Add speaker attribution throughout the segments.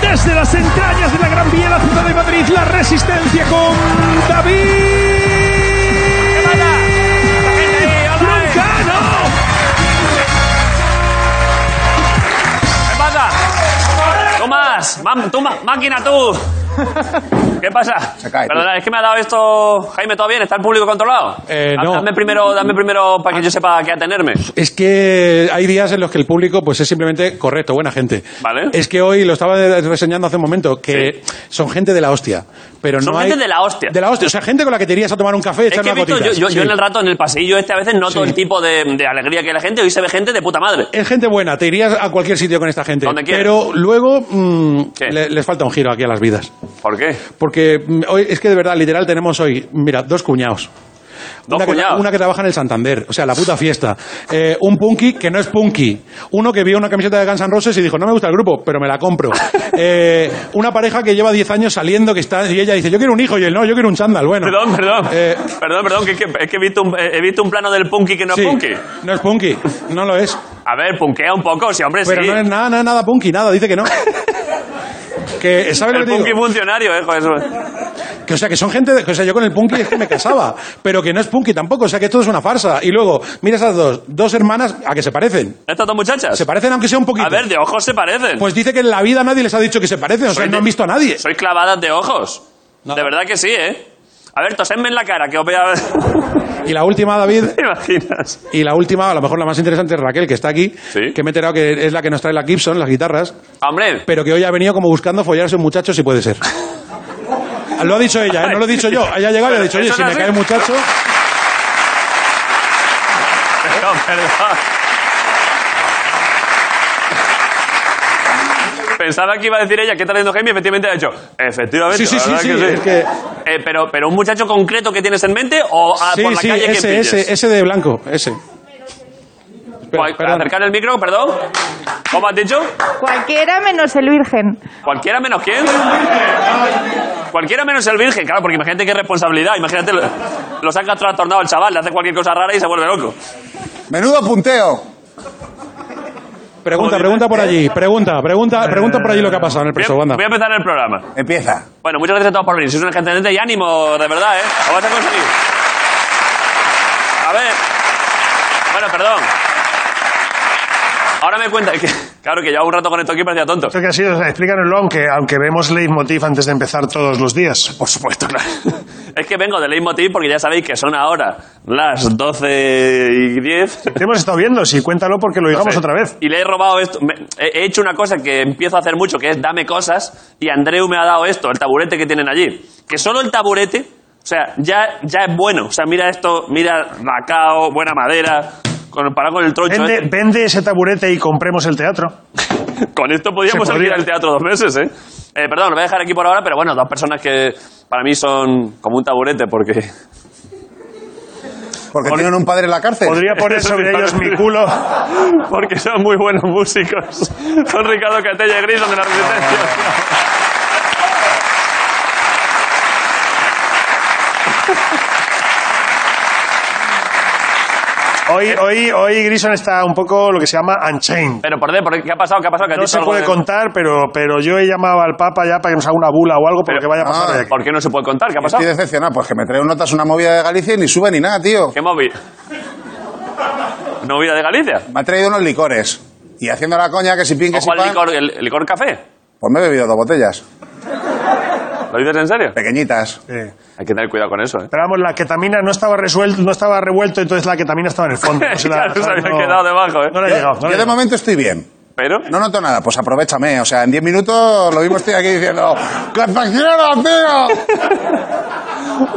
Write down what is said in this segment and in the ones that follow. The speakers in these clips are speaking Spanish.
Speaker 1: desde las entrañas de la Gran Vía, la ciudad de Madrid, la resistencia con David. Broncano.
Speaker 2: ¿Qué pasa? Tomás, mam- tú ma- máquina tú. ¿Qué pasa?
Speaker 3: Se cae, tú.
Speaker 2: Perdona, es que me ha dado esto. Jaime, ¿todo bien? ¿Está el público controlado?
Speaker 4: Eh,
Speaker 2: Da-
Speaker 4: no.
Speaker 2: Dame primero, dame primero para que yo sepa a qué atenerme.
Speaker 4: Es que hay días en los que el público pues es simplemente correcto, buena gente.
Speaker 2: Vale.
Speaker 4: Es que hoy lo estaba reseñando hace un momento que son gente de la hostia, pero
Speaker 2: Son
Speaker 4: no
Speaker 2: gente
Speaker 4: hay-
Speaker 2: de la hostia.
Speaker 4: De la hostia, o sea, gente con la que te irías a tomar un café, y
Speaker 2: Es
Speaker 4: echar
Speaker 2: que he
Speaker 4: una
Speaker 2: visto,
Speaker 4: gotita.
Speaker 2: yo, yo- yo
Speaker 4: Sí.
Speaker 2: en el rato, en el pasillo este, a veces noto
Speaker 4: Sí.
Speaker 2: el tipo de, de alegría que hay la gente. Hoy se ve gente de puta madre.
Speaker 4: Es gente buena, te irías a cualquier sitio con esta gente.
Speaker 2: Donde quieras.
Speaker 4: pero luego mm,
Speaker 2: ¿Qué?
Speaker 4: le- les falta un giro aquí a las vidas.
Speaker 2: ¿Por qué?
Speaker 4: Porque mm, hoy es que de verdad, literal, tenemos hoy, mira, dos cuñados.
Speaker 2: Dos
Speaker 4: una, que,
Speaker 2: cuñados.
Speaker 4: una que trabaja en el Santander, o sea, la puta fiesta. Eh, un punky que no es punky. Uno que vio una camiseta de Guns N' Roses y dijo, no me gusta el grupo, pero me la compro. Eh, una pareja que lleva 10 años saliendo, que está, y ella dice, yo quiero un hijo, y él no, yo quiero un chándal, bueno.
Speaker 2: Perdón, perdón.
Speaker 4: Eh,
Speaker 2: perdón, perdón, que, es que- es que he, visto un, eh, he visto un plano del punky que no
Speaker 4: sí,
Speaker 2: es punky.
Speaker 4: No es punky, no lo es.
Speaker 2: A ver, punkea un poco, sí, hombre,
Speaker 4: Pero
Speaker 2: sí.
Speaker 4: no es nada, nada, nada punky, nada, dice que no. Que, ¿sabes lo
Speaker 2: el
Speaker 4: que te digo?
Speaker 2: punky funcionario, eh, joder, eso-
Speaker 4: Que, o sea, que son gente. de- que, o sea, yo con el punky es que me casaba, pero que no es punky tampoco. O sea, que todo es una farsa. Y luego, mira esas dos, dos hermanas a que se parecen.
Speaker 2: ¿Estas dos muchachas?
Speaker 4: Se parecen aunque sea un poquito.
Speaker 2: A ver, de ojos se parecen.
Speaker 4: Pues dice que en la vida nadie les ha dicho que se parecen. O sea,
Speaker 2: Soy
Speaker 4: no
Speaker 2: de-
Speaker 4: han visto a nadie.
Speaker 2: Sois clavadas de ojos.
Speaker 4: Nada.
Speaker 2: De verdad que sí, ¿eh? A ver, tosedme en la cara, que os vea...
Speaker 4: Y la última, David.
Speaker 2: ¿Te imaginas?
Speaker 4: Y la última, a lo mejor la más interesante es Raquel, que está aquí.
Speaker 2: Sí.
Speaker 4: Que me he enterado que es la que nos trae la Gibson, las guitarras.
Speaker 2: Hombre,
Speaker 4: Pero que hoy ha venido como buscando follarse un muchacho, si puede ser. Lo ha dicho ella, ¿eh? no lo he dicho yo. Ella ha llegado y ha dicho, oye,
Speaker 2: Eso
Speaker 4: si
Speaker 2: no
Speaker 4: me
Speaker 2: es
Speaker 4: cae
Speaker 2: así.
Speaker 4: el muchacho.
Speaker 2: pero, perdón. Pensaba que iba a decir ella, ¿qué está leyendo Jaime? Y Efectivamente ha dicho, efectivamente.
Speaker 4: Sí, sí,
Speaker 2: la
Speaker 4: sí,
Speaker 2: verdad que
Speaker 4: sí, es que-
Speaker 2: Eh, pero, pero un muchacho concreto que tienes en mente o ah,
Speaker 4: sí,
Speaker 2: por la
Speaker 4: sí,
Speaker 2: calle que
Speaker 4: ese,
Speaker 2: pilles.
Speaker 4: ese, eh, ese de blanco, ese. Espera,
Speaker 2: Cual-
Speaker 4: perdón.
Speaker 2: Acercar el micro, perdón. ¿Cómo has dicho?
Speaker 5: Cualquiera menos el virgen.
Speaker 2: ¿Cualquiera menos quién? Cualquiera menos el virgen, claro, porque imagínate qué responsabilidad. Imagínate, lo, lo saca trastornado el chaval, le hace cualquier cosa rara y se vuelve loco.
Speaker 3: Menudo punteo.
Speaker 4: Pregunta,
Speaker 2: Joder.
Speaker 4: pregunta por allí. Pregunta, pregunta, pregunta por allí lo que ha pasado en el
Speaker 2: Voy a,
Speaker 4: preso, banda.
Speaker 2: voy a empezar el programa.
Speaker 3: Empieza.
Speaker 2: Bueno, muchas gracias a todos por venir. Sois una gente atenta y ánimo, de verdad, ¿eh? Lo vas a conseguir. A ver. Bueno, perdón. Ahora me cuenta, es que, claro que llevo un rato con esto aquí y parecía tonto.
Speaker 6: Creo que ha sido, o sea, explícanoslo, aunque, aunque vemos leitmotiv antes de empezar todos los días.
Speaker 2: Por supuesto, claro. Es que vengo de Leitmotiv porque ya sabéis que son ahora las 12 y 10.
Speaker 6: Te hemos estado viendo, sí, cuéntalo porque lo digamos
Speaker 2: Sí.
Speaker 6: otra vez.
Speaker 2: Y le he robado esto. me- he he hecho una cosa que empiezo a hacer mucho, que es dame cosas. Y Andreu me ha dado esto, el taburete que tienen allí. Que solo el taburete, o sea, ya, ya es bueno. O sea, mira esto, mira Macao, buena madera. Comparado con el trocho.
Speaker 6: Vende,
Speaker 2: este.
Speaker 6: vende ese taburete y compremos el teatro.
Speaker 2: Con esto podíamos
Speaker 6: Se podría.
Speaker 2: alquilar el teatro dos meses, ¿eh? Eh, Perdón, lo voy a dejar aquí por ahora, pero bueno, dos personas que para mí son como un taburete porque.
Speaker 3: Porque tienen un padre en la cárcel.
Speaker 6: Podría poner sobre ellos mi culo.
Speaker 2: Porque son muy buenos músicos. Son Ricardo Catella y Grison de la Resistencia.
Speaker 6: Hoy, hoy, hoy Grison está un poco lo que se llama unchained.
Speaker 2: Pero por qué, por qué, ¿qué ha pasado? ¿Qué ha pasado? ¿Que has
Speaker 6: No
Speaker 2: dicho
Speaker 6: se
Speaker 2: algo
Speaker 6: puede
Speaker 2: de-
Speaker 6: contar, pero, pero yo he llamado al Papa ya para que nos haga una bula o algo porque
Speaker 2: Pero-
Speaker 6: vaya a pasar
Speaker 3: Ah.
Speaker 6: de aquí.
Speaker 2: ¿Por qué no se puede contar? ¿Qué ha pasado?
Speaker 3: Estoy decepcionado. Pues que me trae un notas una movida de Galicia y ni sube ni nada, tío.
Speaker 2: ¿Qué móvil? ¿No vida de Galicia?
Speaker 3: Me ha traído unos licores. Y haciendo la coña que si pin, que si
Speaker 2: ¿Ojo al
Speaker 3: pan,
Speaker 2: licor, el, el licor café?
Speaker 3: pues me he bebido dos botellas.
Speaker 2: ¿Lo dices en serio?
Speaker 3: Pequeñitas.
Speaker 6: Sí.
Speaker 2: Hay que tener cuidado con eso, ¿eh?
Speaker 6: Pero vamos, la ketamina no estaba resuelto, no estaba revuelto, entonces la ketamina estaba en el fondo. No la-
Speaker 2: Claro, se había
Speaker 6: no-
Speaker 2: quedado debajo, ¿eh?
Speaker 6: No le ha
Speaker 3: Yo,
Speaker 6: llegado. no le
Speaker 3: yo
Speaker 6: ha
Speaker 3: de
Speaker 6: llegado.
Speaker 3: momento estoy bien.
Speaker 2: Pero...
Speaker 3: No noto nada, pues aprovechame. O sea, en 10 minutos lo mismo estoy aquí diciendo ¡Que facciono, tío!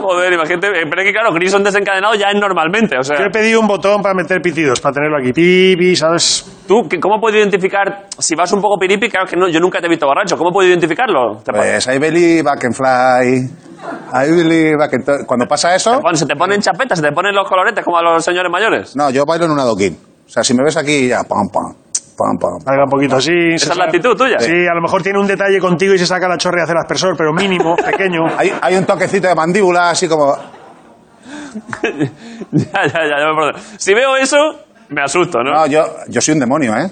Speaker 2: Joder, imagínate... eh, Pero es que, claro, Grison desencadenado ya es normalmente, o sea...
Speaker 6: Yo he pedido un botón para meter pitidos, para tenerlo aquí. Pi, pi, ¿sabes?
Speaker 2: ¿Tú qué- cómo puedes identificar si vas un poco piripi? Claro que no, yo nunca te he visto borracho. ¿Cómo puedo identificarlo? ¿Te pon-
Speaker 3: Pues I believe I can fly. I believe I can to- Cuando pasa eso...
Speaker 2: pon- ¿Se te ponen chapetas? ¿Se te ponen los coloretes como a los señores mayores?
Speaker 3: No, yo bailo en un adoquín. O sea, si me ves aquí ya... Pam, pam, pam, pam.
Speaker 6: Salga un poquito así.
Speaker 2: Esa
Speaker 6: se
Speaker 2: es la
Speaker 6: saca-
Speaker 2: actitud tuya. ¿eh?
Speaker 6: Sí, a lo mejor tiene un detalle contigo y se saca la chorrea hacia el aspersor, pero mínimo, pequeño.
Speaker 3: Hay, hay un toquecito de mandíbula, así como...
Speaker 2: ya, ya, ya, ya me acuerdo. Si veo eso, me asusto, ¿no?
Speaker 3: No, yo, yo soy un demonio, ¿eh?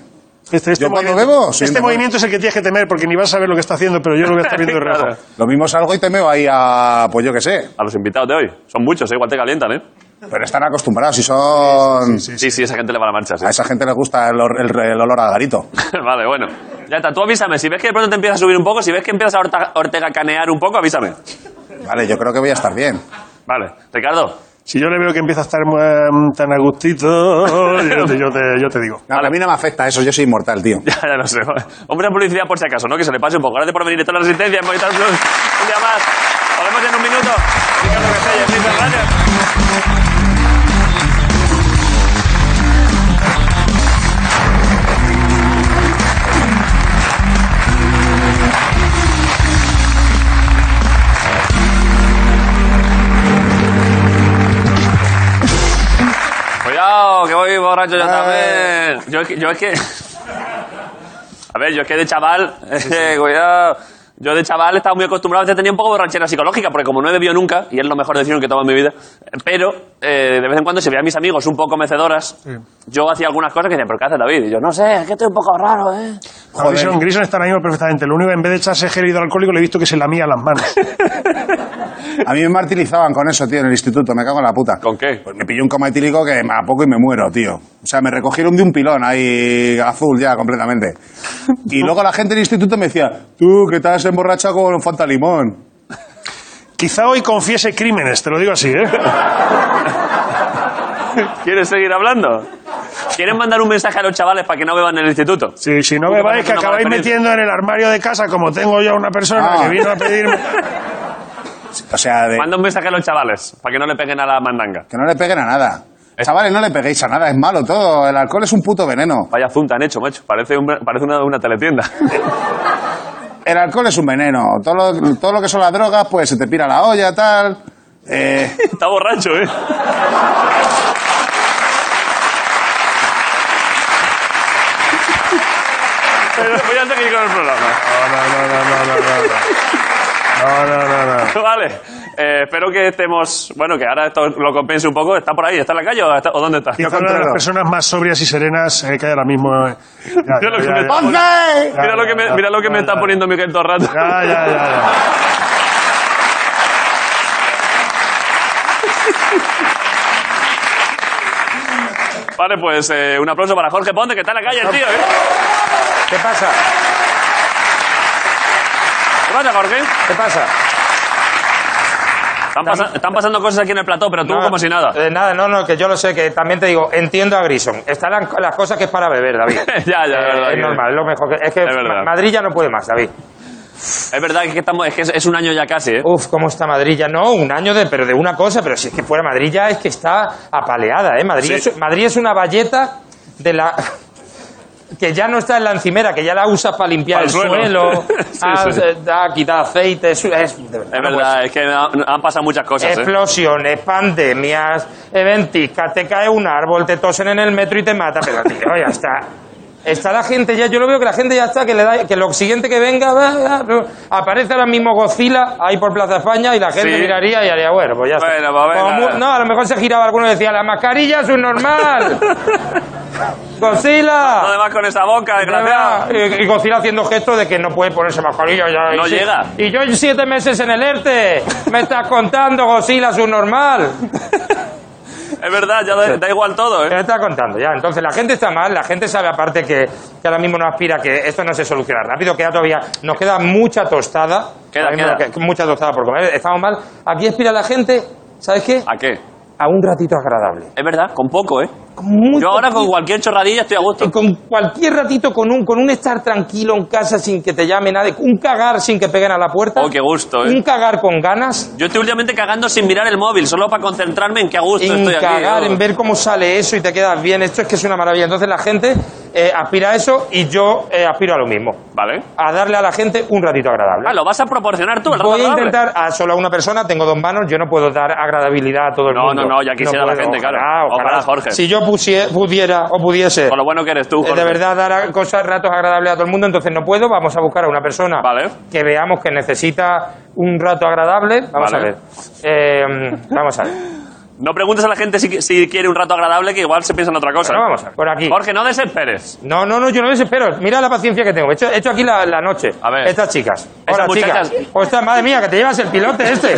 Speaker 6: Este, este
Speaker 3: Yo cuando
Speaker 6: movimiento-
Speaker 3: bebo,
Speaker 6: este
Speaker 3: siento-
Speaker 6: movimiento es el que tienes que temer porque ni vas a saber lo que está haciendo, pero yo lo voy a estar viendo de reojo.
Speaker 2: Claro.
Speaker 3: Lo mismo salgo y te meo ahí a, pues yo qué sé.
Speaker 2: A los invitados de hoy. Son muchos, ¿eh? igual te calientan, ¿eh?
Speaker 3: Pero están acostumbrados y son...
Speaker 2: Sí, sí, esa gente le va la marcha, sí.
Speaker 3: A esa gente le gusta el, or- el- el olor a garito.
Speaker 2: vale, bueno. Ya está, tú avísame. Si ves que de pronto te empieza a subir un poco, si ves que empiezas a Orta- Ortega canear un poco, avísame.
Speaker 3: Vale, yo creo que voy a estar bien.
Speaker 2: Vale. Ricardo,
Speaker 6: Si yo le veo que empieza a estar eh, tan a gustito, yo te, yo te- yo te digo.
Speaker 3: No, a mí no me afecta eso, yo soy inmortal, tío.
Speaker 2: ya, ya lo sé. Hombre, publicidad por si acaso, ¿no? Que se le pase un poco. Gracias por venir de toda la resistencia, en Movistar Plus. Un día más. Volvemos en un minuto. Ricardo Castellas, muchas gracias. Cuidado, que voy borracho yo también. Yo, es que- yo es que. A ver, yo es que de chaval. eh, cuidado. Yo de chaval estaba muy acostumbrado, a veces tenía un poco de borrachera psicológica, porque como no he bebido nunca, y es lo mejor decisión que he tomado en mi vida, pero eh, de vez en cuando se veía a mis amigos un poco mecedoras, yo hacía algunas cosas que decían, ¿pero qué hace David? Y yo, no sé, es que estoy un poco raro, ¿eh?
Speaker 6: Grison, Grison está ahora mismo perfectamente. Lo único, en vez de echarse gel hidroalcohólico, le he visto que se lamía las manos.
Speaker 3: A mí me martirizaban con eso, tío, en el instituto, me cago en la puta.
Speaker 2: ¿Con qué?
Speaker 3: Pues me pilló un coma etílico que me- a poco y me muero, tío. O sea, me recogieron de un pilón ahí azul ya completamente. Y luego la gente del instituto me decía, tú que te has emborrachado con Fanta Limón.
Speaker 6: Quizá hoy confiese crímenes, te lo digo así, ¿eh?
Speaker 2: ¿Quieres seguir hablando? ¿Quieren mandar un mensaje a los chavales para que no beban en el instituto?
Speaker 6: Sí, si no
Speaker 2: Tú
Speaker 6: me
Speaker 2: que
Speaker 6: vais,
Speaker 2: pareces
Speaker 6: que
Speaker 2: una mala
Speaker 6: acabáis
Speaker 2: experiencia.
Speaker 6: metiendo en el armario de casa, como tengo yo a una persona
Speaker 3: Ah.
Speaker 6: que vino a pedirme.
Speaker 3: O sea, de-
Speaker 2: Manda un mensaje a los chavales para que no le peguen a la mandanga.
Speaker 3: que no le peguen a nada. Chavales, no le peguéis a nada, es malo todo. El alcohol es un puto veneno.
Speaker 2: Vaya zoom tan hecho, macho. Parece, un- parece una, una teletienda.
Speaker 3: El alcohol es un veneno. Todo lo, todo lo que son las drogas, pues se te pira la olla, tal. Eh,
Speaker 2: Está borracho, ¿eh? Pero voy a seguir con el programa.
Speaker 6: No, no, no, no, no, no, no. No, no, no, no.
Speaker 2: Vale. Eh, espero que estemos... Bueno, que ahora esto lo compense un poco. ¿Está por ahí? ¿Está en la calle o, está- o dónde está?
Speaker 6: Quizá una de las personas más sobrias y serenas eh, que hay ahora mismo. eh. Ya,
Speaker 2: Yo lo
Speaker 6: ya,
Speaker 2: que me-
Speaker 6: ya, ya.
Speaker 3: ¡Once!
Speaker 2: Mira lo que me, mira lo que me está poniendo Miguel todo el rato.
Speaker 6: Ya, ya, ya, ya.
Speaker 2: Vale, pues eh, un aplauso para Jorge Ponte, que está en la calle, el tío. ¿eh?
Speaker 7: ¿Qué pasa?
Speaker 2: ¿Qué pasa, Jorge?
Speaker 7: ¿Qué pasa?
Speaker 2: Están, pasa- están pasando cosas aquí en el plató, pero tú
Speaker 7: No,
Speaker 2: como si nada.
Speaker 7: eh, nada, no, no, que yo lo sé, que también te digo, entiendo a Grison. Están las, las cosas que es para beber, David. Eh,
Speaker 2: Ya, ya, es verdad que-
Speaker 7: Es normal, es lo mejor. que- es que
Speaker 2: Es verdad.
Speaker 7: Madrid ya no puede más, David.
Speaker 2: Es verdad que, estamos, es, que es, es un año ya casi, ¿eh?
Speaker 7: Uf, cómo está Madrid ya. No, un año de, pero de una cosa, pero si es que fuera Madrid ya es que está apaleada, ¿eh? Madrid,
Speaker 2: Sí.
Speaker 7: es, Madrid es una valleta de la. que ya no está en la encimera, que ya la usas para limpiar
Speaker 2: Para
Speaker 7: el
Speaker 2: el suelo.
Speaker 7: suelo,
Speaker 2: Sí,
Speaker 7: has,
Speaker 2: sí.
Speaker 7: eh, ha quitado aceite, es, es- de
Speaker 2: Es
Speaker 7: no puede
Speaker 2: verdad, es que han, han pasado muchas cosas, ¿eh?
Speaker 7: Explosiones, pandemias, eventiscas, te cae un árbol, te tosen en el metro y te mata. Pero tío, ya está. Está la gente ya, yo lo veo que la gente ya está, que, le da, que lo siguiente que venga, va, va, va. aparece ahora mismo Godzilla ahí por Plaza España y la gente
Speaker 2: Sí.
Speaker 7: miraría y haría, bueno, pues ya está.
Speaker 2: Bueno, pues venga.
Speaker 7: Como mu- no, a lo mejor se giraba alguno y decía, la mascarilla es un normal. Godzilla.
Speaker 2: No demás con esa boca, desgraciado.
Speaker 7: Y, y Godzilla haciendo gestos de que no puede ponerse mascarilla. Ya,
Speaker 2: No
Speaker 7: y si-
Speaker 2: llega.
Speaker 7: Y yo en siete meses en el ERTE. Me estás contando, Godzilla, su normal.
Speaker 2: Es verdad, ya da, da igual todo,
Speaker 7: Me
Speaker 2: ¿eh?
Speaker 7: estás contando, ya. Entonces, la gente está mal. La gente sabe, aparte, que, que ahora mismo no aspira, que esto no se soluciona rápido. Queda todavía... Nos queda mucha tostada.
Speaker 2: Queda,
Speaker 7: Ahora mismo
Speaker 2: queda.
Speaker 7: que- Mucha tostada por comer. Estamos mal. Aquí aspira la gente, ¿sabes qué?
Speaker 2: ¿A qué?
Speaker 7: A un ratito agradable.
Speaker 2: Es verdad, con poco, ¿eh?
Speaker 7: Con mucho
Speaker 2: Yo ahora con
Speaker 7: tiempo.
Speaker 2: cualquier chorradilla estoy a gusto.
Speaker 7: Y con cualquier ratito, con un, con un estar tranquilo en casa sin que te llame nadie, un cagar sin que peguen a la puerta,
Speaker 2: Oh, qué gusto, ¿eh?
Speaker 7: un cagar con ganas,
Speaker 2: Yo estoy últimamente cagando sin mirar el móvil, solo para concentrarme en qué a gusto
Speaker 7: en
Speaker 2: estoy aquí.
Speaker 7: cagar,
Speaker 2: ¿no?
Speaker 7: en ver cómo sale eso y te quedas bien. Esto es que es una maravilla. Entonces la gente eh, aspira a eso y yo eh, aspiro a lo mismo,
Speaker 2: Vale.
Speaker 7: a darle a la gente un ratito agradable.
Speaker 2: Ah, lo vas a proporcionar tú, el rato
Speaker 7: Voy a
Speaker 2: agradable?
Speaker 7: intentar a solo a una persona, tengo dos manos, yo no puedo dar agradabilidad a todo el
Speaker 2: No,
Speaker 7: mundo.
Speaker 2: no, no, ya quisiera la
Speaker 7: puedo. Ah,
Speaker 2: gente, claro.
Speaker 7: Ojalá,
Speaker 2: Ojalá, Jorge.
Speaker 7: Si yo pusie- pudiera o pudiese
Speaker 2: Con lo bueno que eres tú,
Speaker 7: Eh,
Speaker 2: Jorge.
Speaker 7: de verdad dar a- cosas, ratos agradables a todo el mundo, entonces no puedo. Vamos a buscar a una persona
Speaker 2: Vale.
Speaker 7: que veamos que necesita un rato agradable. Vamos
Speaker 2: Vale.
Speaker 7: a ver. Eh, vamos a ver.
Speaker 2: No preguntes a la gente si, si quiere un rato agradable, que igual se piensa en otra cosa.
Speaker 7: Bueno, vamos a ver, por aquí.
Speaker 2: Jorge, no desesperes.
Speaker 7: No, no, no, yo no desespero. Mira la paciencia que tengo. He hecho, he hecho aquí la, la noche.
Speaker 2: A ver.
Speaker 7: Estas chicas.
Speaker 2: Esas
Speaker 7: Hola, chicas.
Speaker 2: muchachas.
Speaker 7: Ostras, madre mía, que te llevas el pilote este.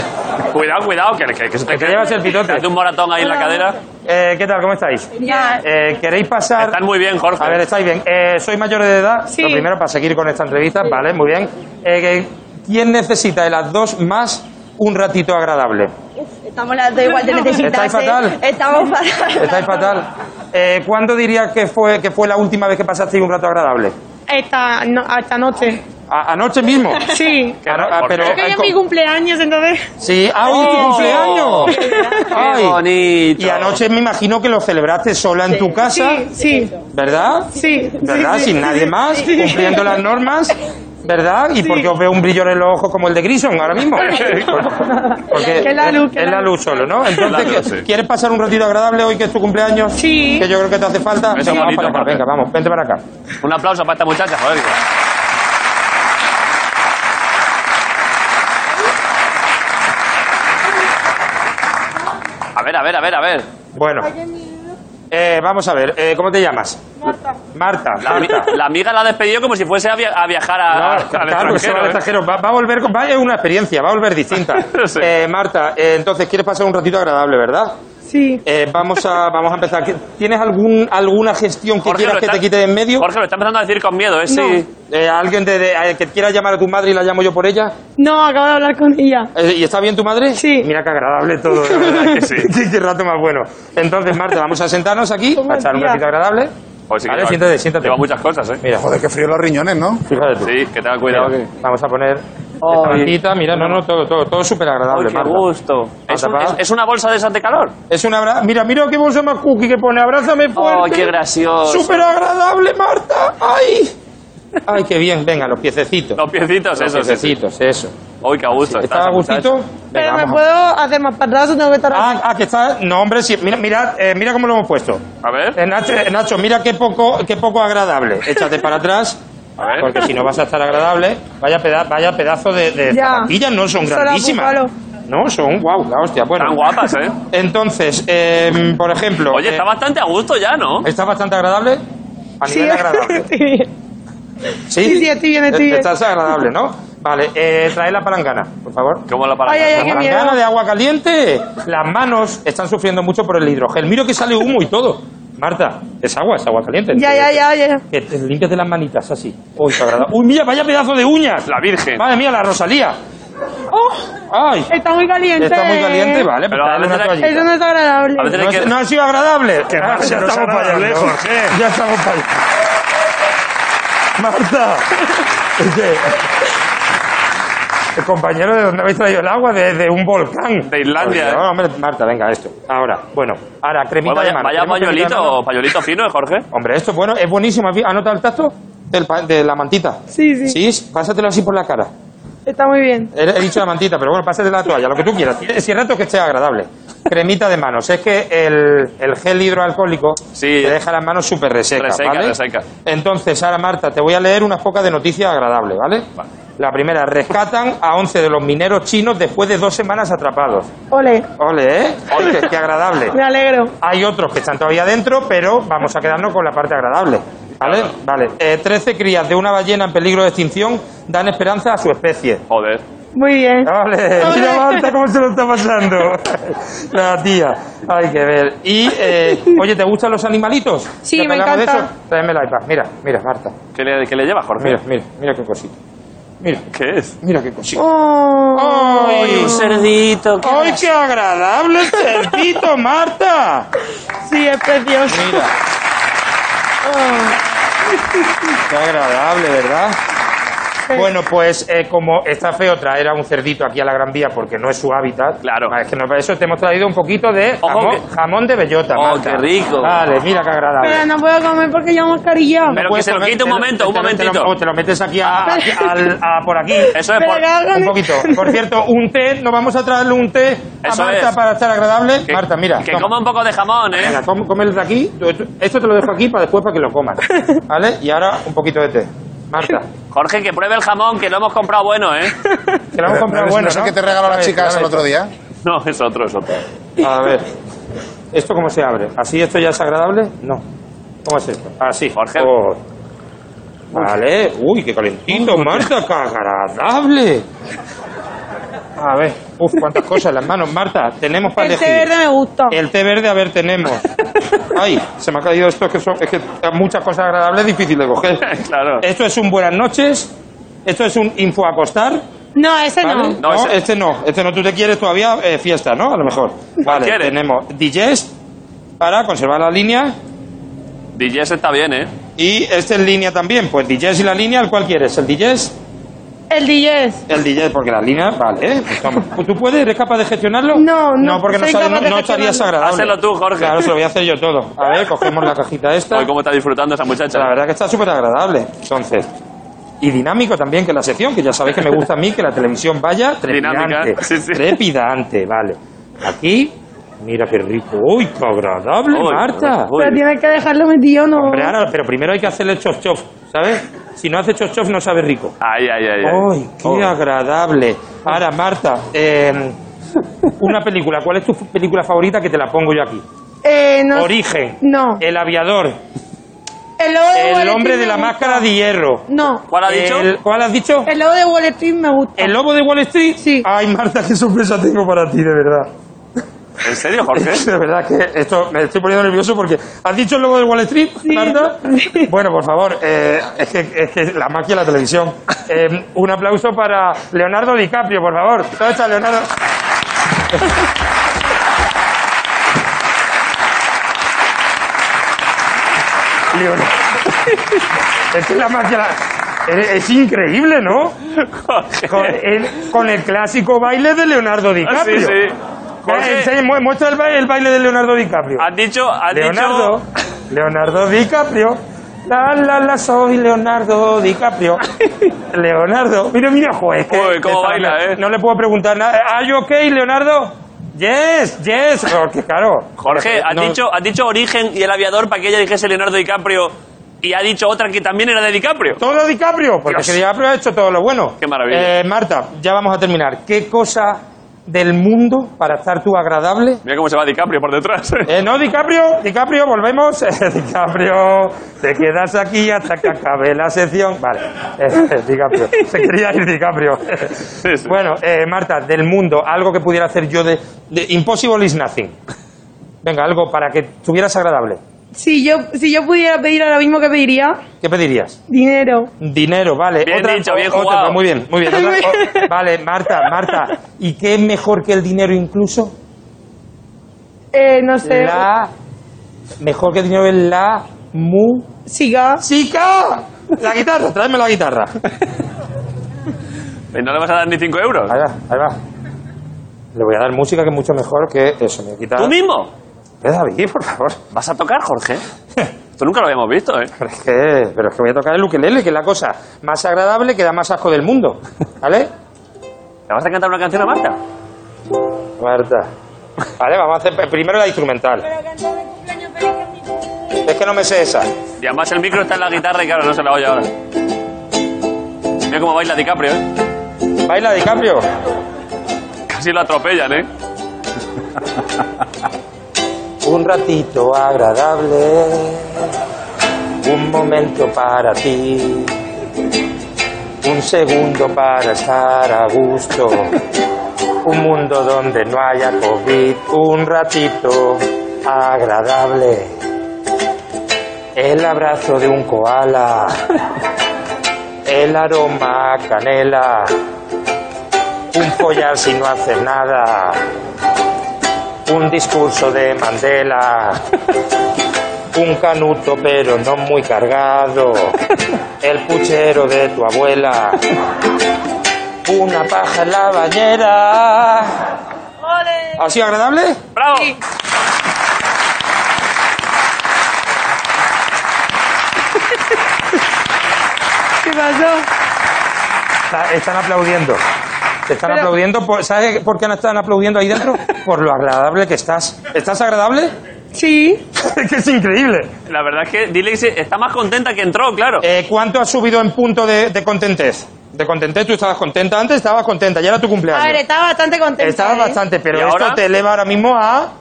Speaker 2: Cuidado, cuidado, que, que, que se te,
Speaker 7: Que te llevas el pilote.
Speaker 2: te hace un moratón ahí en la cadera.
Speaker 7: Eh, ¿Qué tal? ¿Cómo estáis?
Speaker 5: Ya.
Speaker 7: Eh, ¿Queréis pasar?
Speaker 2: Están muy bien, Jorge.
Speaker 7: A ver, estáis bien. Eh, ¿Soy mayor de edad?
Speaker 5: Sí.
Speaker 7: Lo primero, para seguir con esta entrevista. Vale, muy bien. Eh, que- ¿Quién necesita de las dos más un ratito agradable?
Speaker 8: Estamos las dos igual de
Speaker 7: ¿Estáis
Speaker 8: necesitadas.
Speaker 7: fatal?
Speaker 8: ¿eh? Estamos fatal.
Speaker 7: Estáis fatal. Eh, ¿Cuándo dirías que fue, que fue la última vez que pasasteis un rato agradable?
Speaker 9: Esta, no- esta noche.
Speaker 7: A- ¿Anoche mismo?
Speaker 9: Sí.
Speaker 2: Qué
Speaker 7: Ano- ah,
Speaker 2: raro,
Speaker 7: pero,
Speaker 2: ¿por
Speaker 9: Que
Speaker 7: eh,
Speaker 9: ya es
Speaker 7: co-
Speaker 9: mi cumpleaños, entonces.
Speaker 7: Sí, ¡ah, hoy es tu
Speaker 2: ¡Oh!
Speaker 7: cumpleaños! Ay.
Speaker 2: bonito!
Speaker 7: Y anoche me imagino que lo celebraste sola en tu casa,
Speaker 9: Sí, sí,
Speaker 7: ¿verdad?
Speaker 9: sí.
Speaker 7: ¿Verdad?
Speaker 9: sí, sí.
Speaker 7: Sin nadie más,
Speaker 9: Sí.
Speaker 7: cumpliendo las normas, ¿verdad? Y porque os veo un brillo en los ojos como el de Grison ahora mismo. Porque
Speaker 9: Que la luz, que
Speaker 7: es
Speaker 9: la
Speaker 7: la luz solo, ¿no? Entonces,
Speaker 2: la luz,
Speaker 7: ¿qué-
Speaker 2: sí.
Speaker 7: ¿quieres pasar un ratito agradable hoy que es tu cumpleaños?
Speaker 9: Sí.
Speaker 7: Que yo creo que te hace falta.
Speaker 2: Eso es
Speaker 7: Venga, vamos
Speaker 2: bonito,
Speaker 7: para acá,
Speaker 2: Jorge.
Speaker 7: venga, vamos, vente para acá.
Speaker 2: Un aplauso para esta muchacha, joder. A ver, a ver, a ver, a ver.
Speaker 7: Bueno. Eh, vamos a ver, eh, ¿cómo te llamas? Marta. Marta,
Speaker 2: La, ami-
Speaker 7: Marta.
Speaker 2: la amiga la ha despedido como si fuese a, via- a viajar a, a- al
Speaker 7: No, claro, que se va al
Speaker 2: extranjero, ¿eh?
Speaker 7: extranjero. Va, va a volver, con- va, es una experiencia, va a volver distinta.
Speaker 2: Sí.
Speaker 7: Eh, Marta, eh, entonces quieres pasar un ratito agradable, ¿verdad?
Speaker 9: Sí.
Speaker 7: Eh, vamos, a, vamos a empezar. ¿Qué- ¿Tienes algún, alguna gestión que
Speaker 2: Jorge,
Speaker 7: quieras
Speaker 2: lo
Speaker 7: que
Speaker 2: está-
Speaker 7: te quite de en medio?
Speaker 2: Jorge, lo está empezando a decir con miedo, ¿eh? Sí.
Speaker 7: Eh, ¿Alguien de- de- eh, que quiera llamar a tu madre y la llamo yo por ella?
Speaker 9: No, acabo de hablar con ella.
Speaker 7: Eh, ¿Y está bien tu madre?
Speaker 9: Sí.
Speaker 7: Mira qué agradable todo, la verdad que sí. qué, qué rato más bueno. Entonces, Marta, vamos a sentarnos aquí,
Speaker 9: Toma,
Speaker 7: a echar un
Speaker 9: tía.
Speaker 7: ratito agradable.
Speaker 2: Pues sí que
Speaker 7: vale,
Speaker 2: lleva-
Speaker 7: siéntate, siéntate.
Speaker 2: Lleva muchas cosas, ¿eh?
Speaker 7: Mira,
Speaker 3: Joder, qué frío los riñones, ¿no?
Speaker 7: fíjate tú.
Speaker 2: Sí, que tenga cuidado.
Speaker 7: Mira,
Speaker 2: que-
Speaker 7: Vamos a poner esta mantita, mira, no, no, todo, todo, todo súper
Speaker 2: ¡Ay,
Speaker 7: agradable,
Speaker 2: qué gusto! ¿Es, un- es- es una bolsa de esas de calor?
Speaker 7: Es un abra- Mira, mira qué bolsa más cookie que pone. Abrázame fuerte.
Speaker 2: Oh, qué gracioso!
Speaker 7: Súper agradable, Marta. Ay. Ay, qué bien. Venga, los piececitos.
Speaker 2: Los piecitos,
Speaker 7: Los
Speaker 2: eso, sí, sí.
Speaker 7: piececitos, eso.
Speaker 2: ¡Uy, qué gusto!
Speaker 7: ¿Estaba a gustito? Venga,
Speaker 9: Pero me
Speaker 7: vamos a-
Speaker 9: puedo hacer más para atrás o tengo que estar
Speaker 7: Ah, ah, que está. No, hombre, sí. Mira, mira, eh, mira cómo lo hemos puesto.
Speaker 2: A ver,
Speaker 7: Eh, Nacho, eh, Nacho, mira qué poco, qué poco agradable. Échate para atrás.
Speaker 2: A ver.
Speaker 7: Porque si no vas a estar agradable, vaya, peda- vaya pedazo de, de
Speaker 9: Ya.
Speaker 7: zapatillas, no son
Speaker 9: Eso era
Speaker 7: grandísimas.
Speaker 9: búfalo.
Speaker 7: No, son guau, la hostia. Bueno,
Speaker 2: están guapas, ¿eh?
Speaker 7: Entonces, eh, por ejemplo.
Speaker 2: Oye,
Speaker 7: eh,
Speaker 2: está bastante a gusto ya, ¿no?
Speaker 7: ¿Está bastante agradable? A nivel agradable.
Speaker 9: estoy bien. Sí, sí, estoy bien, estoy bien.
Speaker 7: Estás agradable, ¿no? Vale, eh, trae la palangana, por favor.
Speaker 2: ¿Cómo la para?
Speaker 9: Ay, ay,
Speaker 7: La
Speaker 9: ay, qué
Speaker 7: palangana
Speaker 9: miedo.
Speaker 7: de agua caliente. Las manos están sufriendo mucho por el hidrogel. Miro que sale humo y todo. Marta, es agua, es agua caliente.
Speaker 9: Ya, ya, ya, ya.
Speaker 7: Que te limpias de las manitas así. Uy, qué agradable. Uy, mira, vaya pedazo de uñas.
Speaker 2: La Virgen.
Speaker 7: Madre mía, la Rosalía.
Speaker 9: Oh,
Speaker 7: Ay,
Speaker 9: está muy caliente.
Speaker 7: está muy caliente, vale. pues
Speaker 2: Pero a
Speaker 7: dale
Speaker 2: veces
Speaker 7: una
Speaker 2: la-
Speaker 7: toallita.
Speaker 9: Eso no es agradable.
Speaker 2: A veces-
Speaker 7: No,
Speaker 2: que-
Speaker 7: es- no ha sido agradable.
Speaker 6: Que
Speaker 7: Ah,
Speaker 6: Marta no es agradable, Jorge.
Speaker 7: Ya estamos para allá. Marta. Oye, eh, Compañero, ¿de dónde habéis traído el agua? De, de un volcán.
Speaker 2: De Islandia,
Speaker 7: Oye,
Speaker 2: eh.
Speaker 7: no, hombre, Marta, venga, esto. Ahora, bueno, ahora, cremita
Speaker 2: Pues vaya,
Speaker 7: de mano.
Speaker 2: vaya
Speaker 7: ¿Tenemos cremita de
Speaker 2: pañuelito,
Speaker 7: mano?
Speaker 2: pañuelito fino, ¿eh, Jorge?
Speaker 7: Hombre, esto es bueno, es buenísimo. ¿Has vi- ¿Has notado el tacto del pa- de la mantita?
Speaker 9: Sí, sí,
Speaker 7: Sí, pásatelo así por la cara.
Speaker 9: Está muy bien.
Speaker 7: He, he dicho la mantita, pero bueno, pásate la toalla, lo que tú quieras. Si el rato que esté agradable. Cremita de manos. Es que el, el gel hidroalcohólico
Speaker 2: Sí.
Speaker 7: te deja las manos súper resecas.
Speaker 2: Reseca,
Speaker 7: ¿vale?
Speaker 2: reseca.
Speaker 7: Entonces, ahora Marta, te voy a leer unas pocas de noticias agradables, ¿vale?
Speaker 2: Vale.
Speaker 7: La primera, rescatan a 11 de los mineros chinos después de dos semanas atrapados.
Speaker 9: Ole,
Speaker 7: Ole, ¿eh? Ole, qué agradable.
Speaker 9: me alegro.
Speaker 7: Hay otros que están todavía dentro, pero vamos a quedarnos con la parte agradable. ¿Vale?
Speaker 2: Claro.
Speaker 7: Vale. Eh, 13 crías de una ballena en peligro de extinción dan esperanza a su especie.
Speaker 2: Joder.
Speaker 9: Muy bien.
Speaker 7: ¡Ole!
Speaker 9: ¡Ole!
Speaker 7: Mira Marta cómo se lo está pasando. La tía. Hay que ver. Y, eh, oye, ¿te gustan los animalitos?
Speaker 9: Sí,
Speaker 7: ¿Ya te
Speaker 9: me
Speaker 7: hablamos de
Speaker 9: encanta.
Speaker 7: eso? Tráeme el iPad. Mira, mira, Marta.
Speaker 2: ¿Qué le, qué le lleva, Jorge?
Speaker 7: Mira, mira, mira qué cosita. Mira,
Speaker 2: ¿Qué es?
Speaker 7: mira qué cosita.
Speaker 9: Oh.
Speaker 7: ¡Ay!
Speaker 2: cerdito.
Speaker 7: ¡Ay, qué agradable cerdito, Marta!
Speaker 9: Sí, es precioso.
Speaker 7: Mira. Ah. Qué agradable, ¿verdad? Bueno, pues eh, como está feo traer a un cerdito aquí a la Gran Vía porque no es su hábitat,
Speaker 2: Claro.
Speaker 7: Es que no, para eso te hemos traído un poquito de
Speaker 2: Ojo,
Speaker 7: jamón,
Speaker 2: que-
Speaker 7: jamón de bellota.
Speaker 2: Oh,
Speaker 7: Marta.
Speaker 2: qué rico.
Speaker 7: Vale, mira qué agradable.
Speaker 9: Pero no puedo comer porque llevo mascarilla.
Speaker 2: Pero que
Speaker 7: Puedes
Speaker 2: se lo
Speaker 7: comer-
Speaker 2: quite un
Speaker 7: te
Speaker 2: momento,
Speaker 7: te lo-
Speaker 2: un
Speaker 7: te lo-
Speaker 2: momentito.
Speaker 7: o te lo metes aquí, a, aquí al- a- por aquí.
Speaker 2: Eso es
Speaker 9: Pero
Speaker 2: por...
Speaker 9: que hagan-
Speaker 7: Un poquito. Por cierto, un té, nos vamos a traerle un té a
Speaker 2: Eso
Speaker 7: Marta
Speaker 2: es.
Speaker 7: para estar agradable.
Speaker 2: que-
Speaker 7: Marta, mira.
Speaker 2: Que
Speaker 7: toma.
Speaker 2: coma un poco de jamón, ¿eh?
Speaker 7: Venga, com- cómelo de aquí. Tú- tú- Esto te lo dejo aquí para después para que lo comas. ¿Vale? Y ahora un poquito de té. Marta,
Speaker 2: Jorge, que pruebe el jamón, que lo hemos comprado bueno, ¿eh?
Speaker 7: que lo hemos comprado
Speaker 3: no,
Speaker 7: bueno.
Speaker 3: no sé
Speaker 7: ¿no?
Speaker 3: qué te regaló
Speaker 7: A
Speaker 3: las
Speaker 7: ver,
Speaker 3: chicas
Speaker 7: a ver.
Speaker 3: el otro día.
Speaker 2: No, es otro, es otro.
Speaker 7: A ver. ¿Esto cómo se abre? ¿Así esto ya es agradable? No. ¿Cómo es esto? Así.
Speaker 2: Ah, Jorge.
Speaker 7: Oh. Vale. Uy, qué calentito, Marta, qué agradable. A ver, uf, cuántas cosas en las manos, Marta. Tenemos para
Speaker 9: El té
Speaker 7: elegir.
Speaker 9: verde me gusta.
Speaker 7: El té verde, a ver, tenemos. Ay, se me ha caído esto, que son, es que muchas cosas agradables difícil de coger.
Speaker 2: Claro.
Speaker 7: Esto es un buenas noches, esto es un info acostar,
Speaker 9: No, ese no.
Speaker 7: ¿vale?
Speaker 2: No, ese-
Speaker 7: este no, este no, tú te quieres todavía eh, fiesta, ¿no? A lo mejor. Vale,
Speaker 2: quieres?
Speaker 7: tenemos digest para conservar la línea
Speaker 2: DJs está bien, ¿eh?
Speaker 7: y este en línea también, pues digest y la línea, ¿el cuál quieres? ¿El digest?
Speaker 9: El DJ es.
Speaker 7: El DJ, porque la línea, vale, ¿eh? Toma. ¿Tú puedes? ¿Eres capaz de gestionarlo?
Speaker 9: No, no,
Speaker 7: porque no,
Speaker 9: soy
Speaker 7: sale-
Speaker 9: capaz de
Speaker 7: no- no estaría
Speaker 9: gestionarlo.
Speaker 7: desagradable.
Speaker 2: Hazlo tú, Jorge.
Speaker 7: Claro, se lo voy a hacer yo todo. A ver, cogemos la cajita esta.
Speaker 2: Hoy cómo está disfrutando esa muchacha.
Speaker 7: La verdad que está súper agradable. Entonces, y dinámico también que la sección, que ya sabéis que me gusta a mí que la televisión vaya trepidante.
Speaker 2: Dinámica, sí, sí.
Speaker 7: Trepidante, vale. Aquí, mira qué rico. ¡Uy, qué agradable,
Speaker 2: Uy,
Speaker 7: Marta!
Speaker 2: uy.
Speaker 9: Pero tienes que dejarlo metido, no.
Speaker 7: Hombre, ahora, pero primero hay que hacerle chof-chof, ¿sabes? Si no hace chof-chof no sabe rico.
Speaker 2: Ay, ay, ay. ay.
Speaker 7: ¡Ay, qué
Speaker 2: Oh.
Speaker 7: agradable! Ahora, Marta, eh, una película. ¿Cuál es tu película favorita que te la pongo yo aquí?
Speaker 9: Eh, no.
Speaker 7: Origen.
Speaker 9: No.
Speaker 7: El aviador.
Speaker 9: El lobo de Wall
Speaker 7: El
Speaker 9: Street
Speaker 7: hombre
Speaker 9: me
Speaker 7: de la
Speaker 9: gusta.
Speaker 7: máscara de hierro.
Speaker 9: No.
Speaker 2: ¿Cuál ha dicho?
Speaker 7: El- ¿Cuál has dicho?
Speaker 9: El lobo de Wall Street me gusta.
Speaker 7: ¿El lobo de Wall Street?
Speaker 9: Eh, Sí.
Speaker 7: Ay, Marta, qué sorpresa tengo para ti, de verdad.
Speaker 2: ¿En serio, Jorge?
Speaker 7: De verdad que esto me estoy poniendo nervioso porque. ¿Has dicho el lobo de Wall Street, Marta? Bueno, por favor, eh, es, que, es que la magia de la televisión. Eh, un aplauso para Leonardo DiCaprio, por favor. ¿Dónde está Leonardo? Leonardo. Es que la magia. la- Es, es increíble, ¿no?
Speaker 2: Jorge.
Speaker 7: Con el, con el clásico baile de Leonardo
Speaker 2: Ah,
Speaker 7: DiCaprio.
Speaker 2: Sí, sí.
Speaker 7: Eh,
Speaker 2: Jorge,
Speaker 7: enseña- mu- muestra el, ba- el baile de Leonardo DiCaprio.
Speaker 2: has dicho, has
Speaker 7: Leonardo,
Speaker 2: dicho.
Speaker 7: Leonardo DiCaprio. La, la, la, soy Leonardo DiCaprio. Leonardo. Mira, mira, joder. es que-
Speaker 2: Uy, cómo
Speaker 7: esta-
Speaker 2: baila,
Speaker 7: no-
Speaker 2: eh.
Speaker 7: No le puedo preguntar nada. ¿Are you okay, Leonardo? Yes, yes. Porque claro.
Speaker 2: Jorge, has,
Speaker 7: no-
Speaker 2: dicho, has dicho Origen y el aviador para que ella dijese Leonardo DiCaprio y ha dicho otra que también era de DiCaprio.
Speaker 7: Todo DiCaprio, porque
Speaker 2: Dios.
Speaker 7: si DiCaprio ha hecho todo lo bueno.
Speaker 2: Qué maravilla.
Speaker 7: Eh, Marta, ya vamos a terminar. ¿Qué cosa del mundo para estar tú agradable
Speaker 2: Mira cómo se va DiCaprio por detrás.
Speaker 7: Eh, no, DiCaprio, DiCaprio, volvemos. Eh, DiCaprio, te quedas aquí hasta que acabe la sección. Vale, eh, eh, DiCaprio, se quería ir DiCaprio.
Speaker 2: sí.
Speaker 7: Bueno, eh, Marta, del mundo, algo que pudiera hacer yo de, de Impossible is nothing. Venga, algo para que estuvieras agradable.
Speaker 9: Si yo, si yo pudiera pedir ahora mismo, ¿qué pediría?
Speaker 7: ¿Qué pedirías?
Speaker 9: Dinero.
Speaker 7: Dinero, vale.
Speaker 2: Bien dicho, bien
Speaker 7: otra,
Speaker 2: jugado.
Speaker 7: muy bien, muy bien. Otra- o- vale, Marta, Marta, ¿y qué es mejor que el dinero incluso?
Speaker 9: Eh, no sé.
Speaker 7: La... Mejor que el dinero es la... Mu...
Speaker 9: Siga.
Speaker 7: ¡Chica! La guitarra, tráeme la guitarra.
Speaker 2: Y no le vas a dar ni 5 euros.
Speaker 7: Ahí va, ahí va. Le voy a dar música que es mucho mejor que eso, mi guitarra.
Speaker 2: ¿Tú mismo?
Speaker 7: Eh, David, por favor.
Speaker 2: ¿Vas a tocar, Jorge? Esto nunca lo habíamos visto, ¿eh?
Speaker 7: Pero es, que, pero es que voy a tocar el ukelele, que es la cosa más agradable que da más asco del mundo. ¿Vale?
Speaker 2: ¿Le vas a cantar una canción a Marta?
Speaker 7: Marta. Vale, vamos a hacer primero la instrumental. Es que no me sé esa.
Speaker 2: Y además el micro está en la guitarra y claro, no se la oye ahora. Mira cómo baila DiCaprio, ¿eh?
Speaker 7: ¿Baila DiCaprio?
Speaker 2: Casi lo atropellan, ¿eh?
Speaker 7: Un ratito agradable, un momento para ti, un segundo para estar a gusto, un mundo donde no haya COVID, un ratito agradable, el abrazo de un koala, el aroma a canela, un follar si no hacer nada un discurso de Mandela, un canuto pero no muy cargado, el puchero de tu abuela, una paja en la bañera. ¿Ha sido agradable?
Speaker 2: ¡Bravo!
Speaker 9: ¿Qué pasó?
Speaker 7: Está- están aplaudiendo. Te están
Speaker 9: Pero-
Speaker 7: aplaudiendo. Por, ¿Sabes por qué no están aplaudiendo ahí dentro? Por lo agradable que estás. ¿Estás agradable?
Speaker 9: Sí.
Speaker 7: Es que es increíble.
Speaker 2: La verdad es que dile que se- está más contenta que entró, claro.
Speaker 7: Eh, ¿Cuánto has subido en punto de, de contentez? De contentez, tú estabas contenta antes, estabas contenta, ya era tu cumpleaños.
Speaker 9: A ver, estaba bastante contenta.
Speaker 7: Estaba
Speaker 9: ¿eh?
Speaker 7: bastante, pero
Speaker 2: ¿Y
Speaker 7: esto
Speaker 2: ahora?
Speaker 7: te eleva ahora mismo a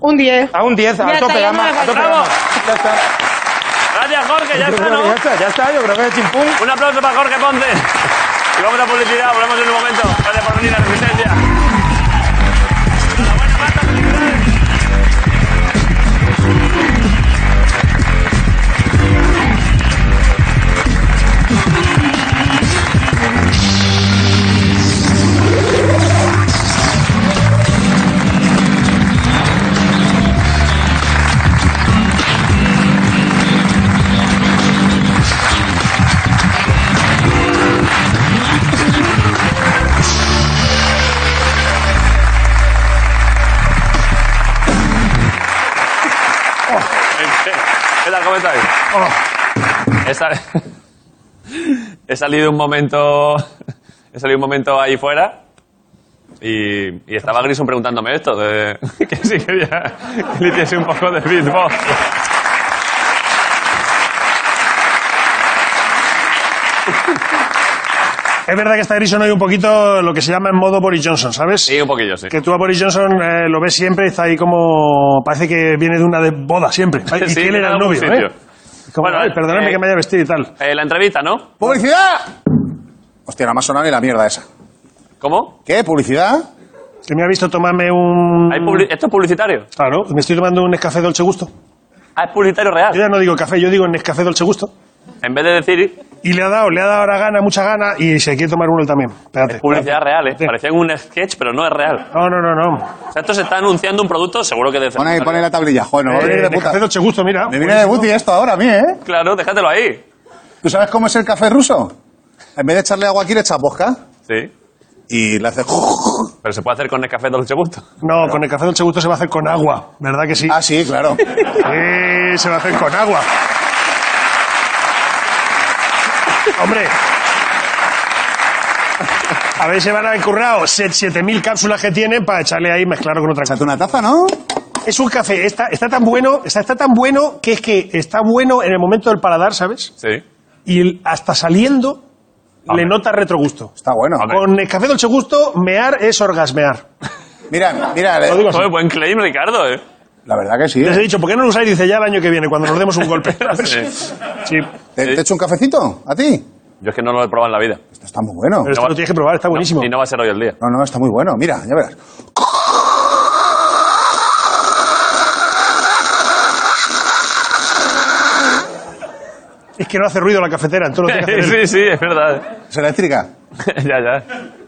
Speaker 9: Un 10.
Speaker 7: A un 10,
Speaker 9: Ya
Speaker 7: a
Speaker 9: está,
Speaker 7: tope
Speaker 9: ya no
Speaker 7: gama,
Speaker 9: me
Speaker 7: a tope
Speaker 9: falta.
Speaker 7: gama. Ya está.
Speaker 2: Gracias, Jorge, ya
Speaker 7: Yo
Speaker 2: está,
Speaker 7: creo que
Speaker 2: ¿no?
Speaker 7: ya está, ya está, yo creo que es chimpún.
Speaker 2: Un aplauso para Jorge Ponte. Y vamos a publicidad, volvemos en un momento. Gracias por venir a Resistencia. Enhorabuena, Marta, felicidades. ¿Qué tal? ¿Cómo estáis? He, sal- he salido un momento. He salido un momento ahí fuera. Y, y estaba Grison preguntándome esto, de, que si quería que le hiciese un poco de beatbox.
Speaker 6: Es verdad que está Grison hoy un poquito lo que se llama en modo Boris Johnson, ¿sabes?
Speaker 2: Sí, un poquillo, sí.
Speaker 6: Que tú a Boris Johnson eh, lo ves siempre, está ahí como. Parece que viene de una de boda siempre. Y
Speaker 2: Sí,
Speaker 6: que
Speaker 2: en
Speaker 6: él era el
Speaker 2: algún
Speaker 6: novio,
Speaker 2: sitio.
Speaker 6: ¿eh? Como,
Speaker 2: Bueno,
Speaker 6: ay, perdonadme
Speaker 2: eh,
Speaker 6: que me haya vestido y tal.
Speaker 2: Eh, la entrevista, ¿no?
Speaker 3: ¡Publicidad! Hostia, nada más sonar y la mierda esa.
Speaker 2: ¿Cómo?
Speaker 3: ¿Qué? ¿Publicidad?
Speaker 6: Que me ha visto tomarme un.
Speaker 2: ¿Hay publi- ¿Esto es publicitario?
Speaker 6: Claro, me estoy tomando un Nescafé Dolce Gusto.
Speaker 2: Ah, es publicitario
Speaker 6: Yo
Speaker 2: real.
Speaker 6: ya no digo café, yo digo Nescafé Dolce Gusto.
Speaker 2: En vez de decir
Speaker 6: Y le ha dado, le ha dado ahora gana, mucha gana, y se quiere tomar uno él también. Espérate.
Speaker 2: publicidad real, ¿eh?
Speaker 6: Sí.
Speaker 2: Parecía un sketch, pero no es real.
Speaker 6: No, no, no, no.
Speaker 2: O sea, esto se está anunciando un producto, seguro que de
Speaker 3: Pon ahí, pon ahí la tablilla. Joder, nos va a venir
Speaker 6: Eh,
Speaker 3: de puta.
Speaker 6: Nescafé Dolce Gusto, mira.
Speaker 3: Me viene de
Speaker 6: Buenísimo.
Speaker 3: booty esto ahora a mí, ¿eh?
Speaker 2: Claro, déjatelo ahí.
Speaker 3: ¿Tú sabes cómo es el café ruso? En vez de echarle agua aquí, le echas bosca
Speaker 2: Sí.
Speaker 3: y le haces...
Speaker 2: Pero se puede hacer con el café Dolce Gusto.
Speaker 6: No, con el café Dolce Gusto se va a hacer con agua, ¿verdad que sí?
Speaker 3: Ah, sí, claro.
Speaker 6: Sí, se va a hacer con agua. Hombre. A ver, se van a encurrado 7.000 cápsulas que tienen para echarle ahí y mezclarlo con otra cosa.
Speaker 3: Echate una taza, ¿no?
Speaker 6: Es un café, está, está tan bueno, está, está tan bueno que es que está bueno en el momento del paladar, ¿sabes?
Speaker 2: Sí.
Speaker 6: Y el- hasta saliendo
Speaker 2: Hombre.
Speaker 6: le nota retrogusto.
Speaker 3: Está bueno.
Speaker 2: Hombre.
Speaker 6: Con el café Dolce Gusto, mear es orgasmear.
Speaker 3: Mira, mira, le-
Speaker 6: digo así.
Speaker 2: Joder, buen claim, Ricardo, ¿eh?
Speaker 3: la verdad que sí.
Speaker 6: Les he
Speaker 3: ¿eh?
Speaker 6: dicho, ¿por qué no lo usáis? Dice, ya el año que viene, cuando nos demos un golpe.
Speaker 2: Sí.
Speaker 6: Sí.
Speaker 3: ¿Te, te echo un cafecito? ¿A ti?
Speaker 2: Yo es que no lo he probado en la vida.
Speaker 3: Esto está muy bueno.
Speaker 6: Pero esto
Speaker 2: No.
Speaker 6: lo tienes que probar, está buenísimo.
Speaker 2: Y no va a ser hoy el día.
Speaker 3: No, no, está muy bueno. Mira, ya verás.
Speaker 6: Es que no hace ruido la cafetera, entonces lo tienes que hacer.
Speaker 2: Sí, sí, es verdad. ¿eh?
Speaker 3: Es eléctrica.
Speaker 2: ya, ya.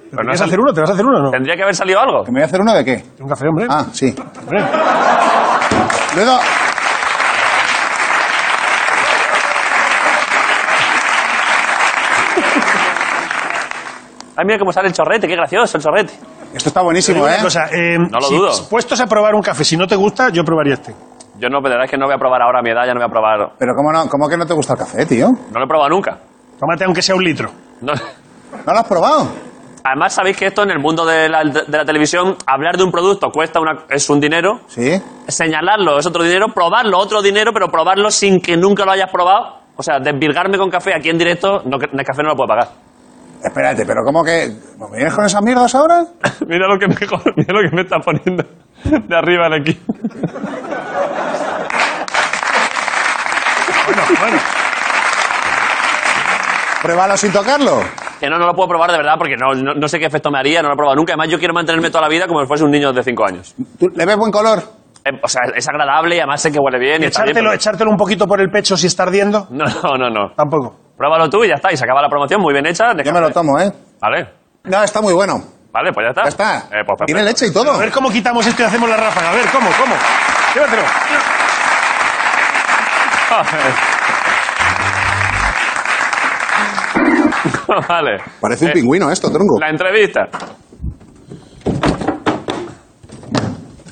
Speaker 2: Pero no
Speaker 6: ¿Te vas a
Speaker 2: sal-
Speaker 6: hacer uno? ¿Te vas a hacer uno o no?
Speaker 2: ¿Tendría que haber salido algo?
Speaker 3: ¿Que me voy a hacer uno de qué?
Speaker 6: Un café, hombre.
Speaker 3: Ah, sí.
Speaker 6: Hombre.
Speaker 3: Luego...
Speaker 2: Ay, mira cómo sale el chorrete, qué gracioso el chorrete.
Speaker 3: Esto está
Speaker 6: Te digo
Speaker 3: buenísimo, ¿eh?
Speaker 6: una cosa, eh,
Speaker 2: No lo
Speaker 6: si
Speaker 2: dudo.
Speaker 6: Puestos a probar un café, si no te gusta, yo probaría este.
Speaker 2: Yo no, pero es que no voy a probar ahora a mi edad, ya no voy a probar.
Speaker 3: Pero ¿cómo, no, ¿cómo que no te gusta el café, tío?
Speaker 2: No lo he probado nunca.
Speaker 6: Tómate aunque sea un litro.
Speaker 2: No-
Speaker 3: ¿No lo has probado?
Speaker 2: Además, sabéis que esto en el mundo de la, de la televisión, hablar de un producto cuesta una, es un dinero,
Speaker 3: Sí.
Speaker 2: señalarlo es otro dinero, probarlo otro dinero, pero probarlo sin que nunca lo hayas probado. O sea, desvirgarme con café aquí en directo, no, que- Nescafé no lo puedo pagar.
Speaker 3: Espérate, pero ¿cómo que... ¿Me vienes con esas mierdas ahora?
Speaker 2: mira lo que mejor, mira lo que me está poniendo de arriba de aquí.
Speaker 6: Bueno, bueno.
Speaker 3: Pruébalo sin tocarlo.
Speaker 2: Que no, no lo puedo probar de verdad porque no, no, no sé qué efecto me haría, no lo he probado nunca. Además, yo quiero mantenerme toda la vida como si fuese un niño de 5 años.
Speaker 3: ¿Tú ¿Le ves buen color?
Speaker 2: Eh, o sea, es agradable y además sé que huele bien. Y está bien,
Speaker 6: Echártelo,
Speaker 2: pero-
Speaker 6: echártelo un poquito por el pecho si está ardiendo.
Speaker 2: No, no, no, no.
Speaker 6: Tampoco.
Speaker 2: Pruébalo tú y ya está. Y se acaba la promoción, muy bien hecha.
Speaker 3: Yo me lo tomo, ¿eh?
Speaker 2: Vale,
Speaker 3: No, está muy bueno.
Speaker 2: vale, pues ya está.
Speaker 3: Ya está.
Speaker 2: Eh, pues,
Speaker 3: Tiene
Speaker 2: perfecto.
Speaker 3: leche y
Speaker 6: A
Speaker 3: todo.
Speaker 6: ver cómo quitamos esto y hacemos la ráfaga. A ver, ¿cómo? ¿Cómo? Llévatelo.
Speaker 2: vale.
Speaker 3: Parece un
Speaker 2: Eh,
Speaker 3: pingüino esto, tronco.
Speaker 2: La entrevista.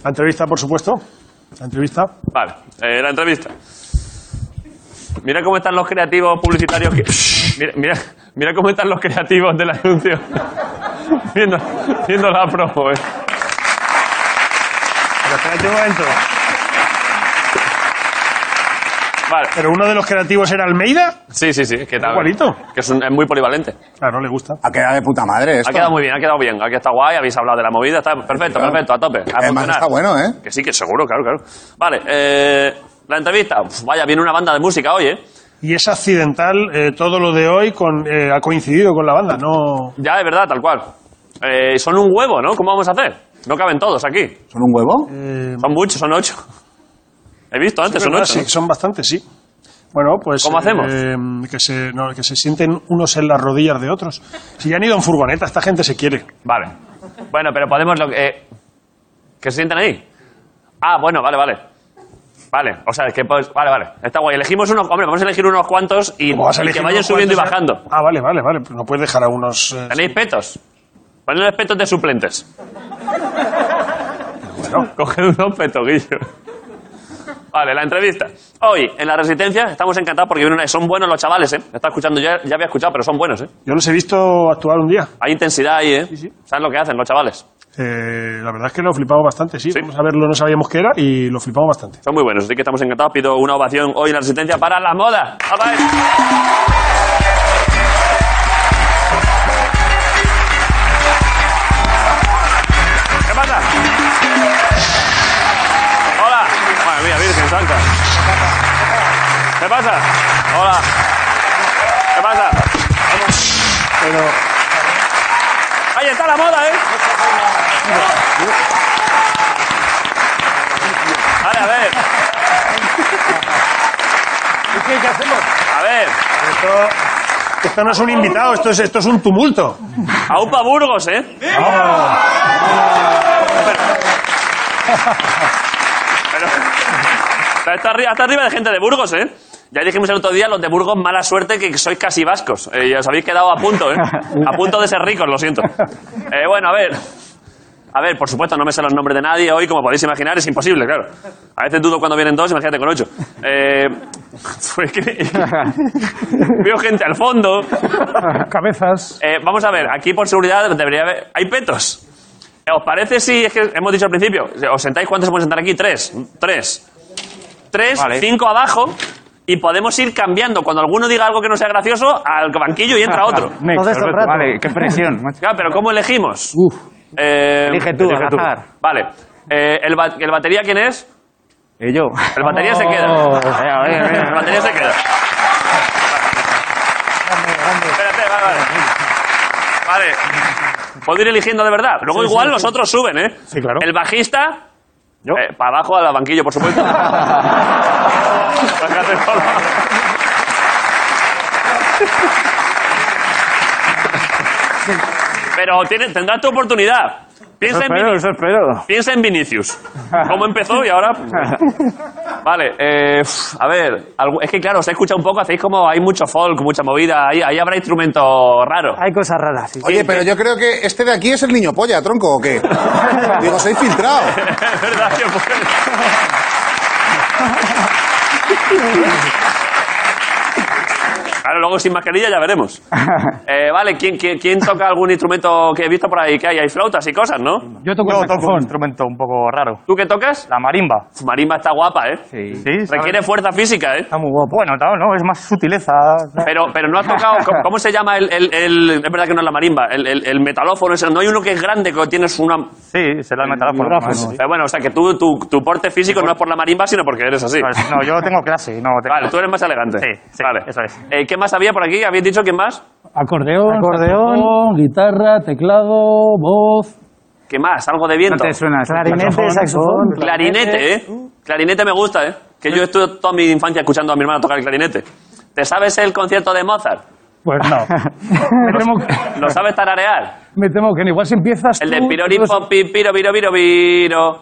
Speaker 6: La entrevista, por supuesto. La entrevista.
Speaker 2: Vale, eh, la entrevista. Mira cómo están los creativos publicitarios. que- Mira, mira, mira cómo están los creativos del anuncio. viendo, viendo la promo. eh.
Speaker 6: Pero espérate un momento.
Speaker 2: Vale.
Speaker 6: Pero uno de los creativos era Almeida.
Speaker 2: Sí, sí, sí. Que tal?
Speaker 6: Igualito.
Speaker 2: Que es, un- es muy polivalente.
Speaker 6: Ah, no le gusta.
Speaker 3: Ha quedado de puta madre esto.
Speaker 2: Ha quedado muy bien, ha quedado bien. Aquí está guay, habéis hablado de la movida. Está perfecto,
Speaker 3: Claro.
Speaker 2: perfecto, a tope. A
Speaker 3: Además,
Speaker 2: funcionar.
Speaker 3: está bueno, ¿eh?
Speaker 2: Que sí, que seguro, claro, claro. Vale, eh, la entrevista. Uf, vaya, viene una banda de música hoy, ¿eh?
Speaker 6: Y es accidental eh, todo lo de hoy con, eh, ha coincidido con la banda, no.
Speaker 2: Ya, es verdad, tal cual. Eh, son un huevo, ¿no? ¿Cómo vamos a hacer? No caben todos aquí.
Speaker 3: ¿Son un huevo?
Speaker 6: eh,
Speaker 2: Son muchos, son ocho. He visto antes,
Speaker 6: Es
Speaker 2: son
Speaker 6: verdad,
Speaker 2: ocho.
Speaker 6: sí,
Speaker 2: ¿no?
Speaker 6: son bastantes, sí. Bueno, pues.
Speaker 2: ¿Cómo hacemos?
Speaker 6: eh, que, se, no, que se sienten unos en las rodillas de otros. Si ya han ido en furgoneta, esta gente se quiere.
Speaker 2: Vale. Bueno, pero podemos... Lo, que- eh, ¿Que se sienten ahí? Ah, bueno, vale, vale. Vale, o sea, es que pues, vale, vale. Está guay. Elegimos unos, hombre, vamos a elegir unos cuantos y,
Speaker 6: ¿Cómo vas a
Speaker 2: y que
Speaker 6: elegir
Speaker 2: vayan
Speaker 6: unos
Speaker 2: subiendo y
Speaker 6: cuantos, eh?
Speaker 2: bajando.
Speaker 6: Ah, vale, vale, vale. Pues no puedes dejar a unos. eh,
Speaker 2: ¿Tenéis petos? Poned los petos de suplentes. Bueno, coged unos petos, Guillo. Vale, la entrevista. Hoy, en La Resistencia, estamos encantados porque viene una- son buenos los chavales, ¿eh? Está escuchando, ya, ya había escuchado, pero son buenos, ¿eh?
Speaker 6: Yo los he visto actuar un día.
Speaker 2: Hay intensidad ahí, ¿eh? ¿Sabes lo que hacen los chavales?
Speaker 6: Eh, la verdad es que lo flipamos bastante, sí.
Speaker 2: Sí.
Speaker 6: Vamos a verlo, no sabíamos qué era y lo flipamos bastante.
Speaker 2: Son muy buenos, así que estamos encantados. Pido una ovación hoy en La Resistencia para la moda. ¡Apa, eh! ¿Qué pasa? Hola. Madre mía, Virgen Santa. ¿Qué pasa? Hola. ¿Qué pasa?
Speaker 6: Pero
Speaker 2: Ahí está la moda, ¿eh? Vale, a ver.
Speaker 6: qué, qué hacemos?
Speaker 2: A ver.
Speaker 6: Esto, esto no es un invitado, esto es, esto es un tumulto.
Speaker 2: Aupa Burgos, ¿eh? Pero, pero está, arriba, está arriba de gente de Burgos, ¿eh? Ya dijimos el otro día, los de Burgos, mala suerte que sois casi vascos. Eh, y os habéis quedado a punto, ¿eh? A punto de ser ricos, lo siento. Eh, bueno, a ver. A ver, por supuesto, no me sé los nombres de nadie hoy, como podéis imaginar, es imposible, claro. A veces dudo cuando vienen dos, imagínate con ocho. Eh, es que- veo gente al fondo.
Speaker 7: Cabezas.
Speaker 2: Eh, vamos a ver, aquí por seguridad debería haber. ¿Hay petos? Eh, ¿Os parece si es que hemos dicho al principio? ¿Os sentáis cuántos se pueden sentar aquí? Tres. Tres. Tres,
Speaker 7: Vale.
Speaker 2: cinco abajo. Y podemos ir cambiando. Cuando alguno diga algo que no sea gracioso, al banquillo y entra otro.
Speaker 7: Next,
Speaker 6: Todo esto
Speaker 7: Alberto.
Speaker 6: rato.
Speaker 7: Vale, qué presión, macho.
Speaker 2: Claro, pero ¿cómo elegimos? Eh,
Speaker 7: Elige tú, al azar.
Speaker 2: Vale. Eh, el, ba- ¿El batería quién es?
Speaker 7: Y yo.
Speaker 2: El batería se
Speaker 7: Oh.
Speaker 2: queda.
Speaker 7: Venga, venga, venga.
Speaker 2: El batería se queda. Espérate, vale, vale. Vale. Puedo ir eligiendo de verdad. Luego igual los otros suben, ¿eh?
Speaker 6: Sí, claro.
Speaker 2: El bajista. eh, para abajo al banquillo, por supuesto. Bájate, por favor. Pero tiene- tendrás tu oportunidad. Piensa en, Vini-
Speaker 7: eso espero.
Speaker 2: piensa en Vinicius. ¿Cómo empezó y ahora? Vale, eh, uf, a ver, algu- es que claro, os he escuchado un poco, hacéis como hay mucho folk, mucha movida, ahí, ahí habrá instrumentos raros.
Speaker 7: Hay cosas raras, sí.
Speaker 3: Oye, pero yo creo que este de aquí es el niño polla, tronco, ¿o qué? Digo, soy filtrado.
Speaker 2: Es verdad que puede. Claro, luego sin mascarilla ya veremos. Eh, vale, ¿quién, quién, quién toca algún instrumento que he visto por ahí? Que hay, hay flautas y cosas, ¿no?
Speaker 7: Yo toco un, instrumento un poco raro.
Speaker 2: ¿Tú qué tocas?
Speaker 7: La marimba.
Speaker 2: Uf, Marimba está guapa, ¿eh?
Speaker 7: Sí.
Speaker 2: Requiere fuerza física, ¿eh?
Speaker 7: Está muy guapo. Bueno, tal, ¿no? Es más sutileza.
Speaker 2: Pero, pero no has tocado. ¿cómo, cómo se llama el, el- el- Es verdad que no es la marimba. El, el- el metalófono. ese, no hay uno que es grande, que tienes una.
Speaker 7: Sí, será el metáforo.
Speaker 2: Eh, bueno, o sea, que tú, tu, tu porte físico no es por la marimba, sino porque eres así.
Speaker 7: Pues No, yo tengo clase. No, tengo...
Speaker 2: Vale, tú eres más elegante.
Speaker 7: Sí, sí,
Speaker 2: vale.
Speaker 7: eso es.
Speaker 2: Eh, ¿Qué más había por aquí? ¿Habéis dicho quién más?
Speaker 10: Acordeón,
Speaker 7: Acordeón.
Speaker 10: saxofón, guitarra, teclado, voz.
Speaker 2: ¿Qué más? Algo de viento.
Speaker 7: Clarinete, saxofón.
Speaker 2: clarinete, ¿eh? Clarinete me gusta, ¿eh? Que yo estuve toda mi infancia escuchando a mi hermana tocar el clarinete. ¿Te sabes el concierto de Mozart?
Speaker 10: Pues no. me, temo,
Speaker 2: ¿Lo sabes tararear?
Speaker 10: me temo que no. Igual si empiezas.
Speaker 2: El de
Speaker 10: tú, pues-
Speaker 2: pirori
Speaker 10: todos-
Speaker 2: popi, piro, piro, piro, piro.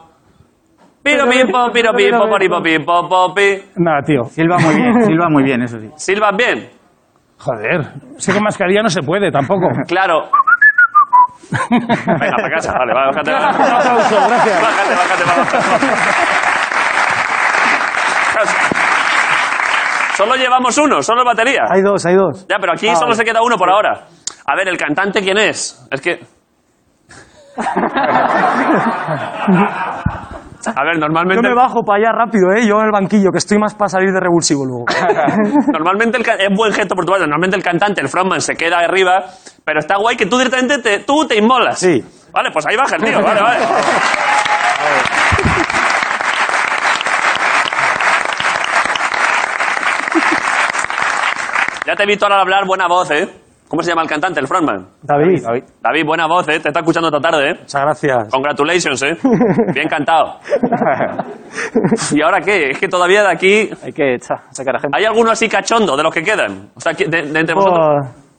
Speaker 2: Piro, pim, pom, piro, pim, pom, pori, popi, pom, popi.
Speaker 10: Nada, tío.
Speaker 7: Silva muy bien, silba muy bien, eso sí.
Speaker 2: ¿Silbas bien?
Speaker 10: Joder. Sé que mascarilla no se puede tampoco.
Speaker 2: Claro. Venga, para casa. Vale, vale, bájate. va.
Speaker 10: Un aplauso, gracias.
Speaker 2: Bájate, bájate, bájate. Solo llevamos uno, solo es batería.
Speaker 7: Hay dos, hay dos.
Speaker 2: Ya, pero aquí solo se queda uno por ahora. A ver, ¿el cantante quién es? Es que... A ver, normalmente.
Speaker 11: Yo me bajo para allá rápido, ¿eh? Yo en el banquillo, que estoy más para salir de revulsivo luego.
Speaker 2: Normalmente el ca- es buen gesto por tu parte. Normalmente el cantante, el frontman, se queda arriba, pero está guay que tú directamente te, tú te inmolas. Sí. Vale, pues ahí baja el tío. Vale, vale. ya te he visto ahora hablar buena voz, ¿eh? ¿Cómo se llama el cantante, el frontman?
Speaker 11: David.
Speaker 2: David, buena voz, ¿eh? Te está escuchando esta tarde, ¿eh?
Speaker 11: Muchas gracias.
Speaker 2: Congratulations, ¿eh? Bien cantado. ¿Y ahora qué? Es que todavía de aquí...
Speaker 11: Hay que echar, sacar a gente.
Speaker 2: ¿Hay alguno así cachondo de los que quedan? O sea, que de, de entre vosotros.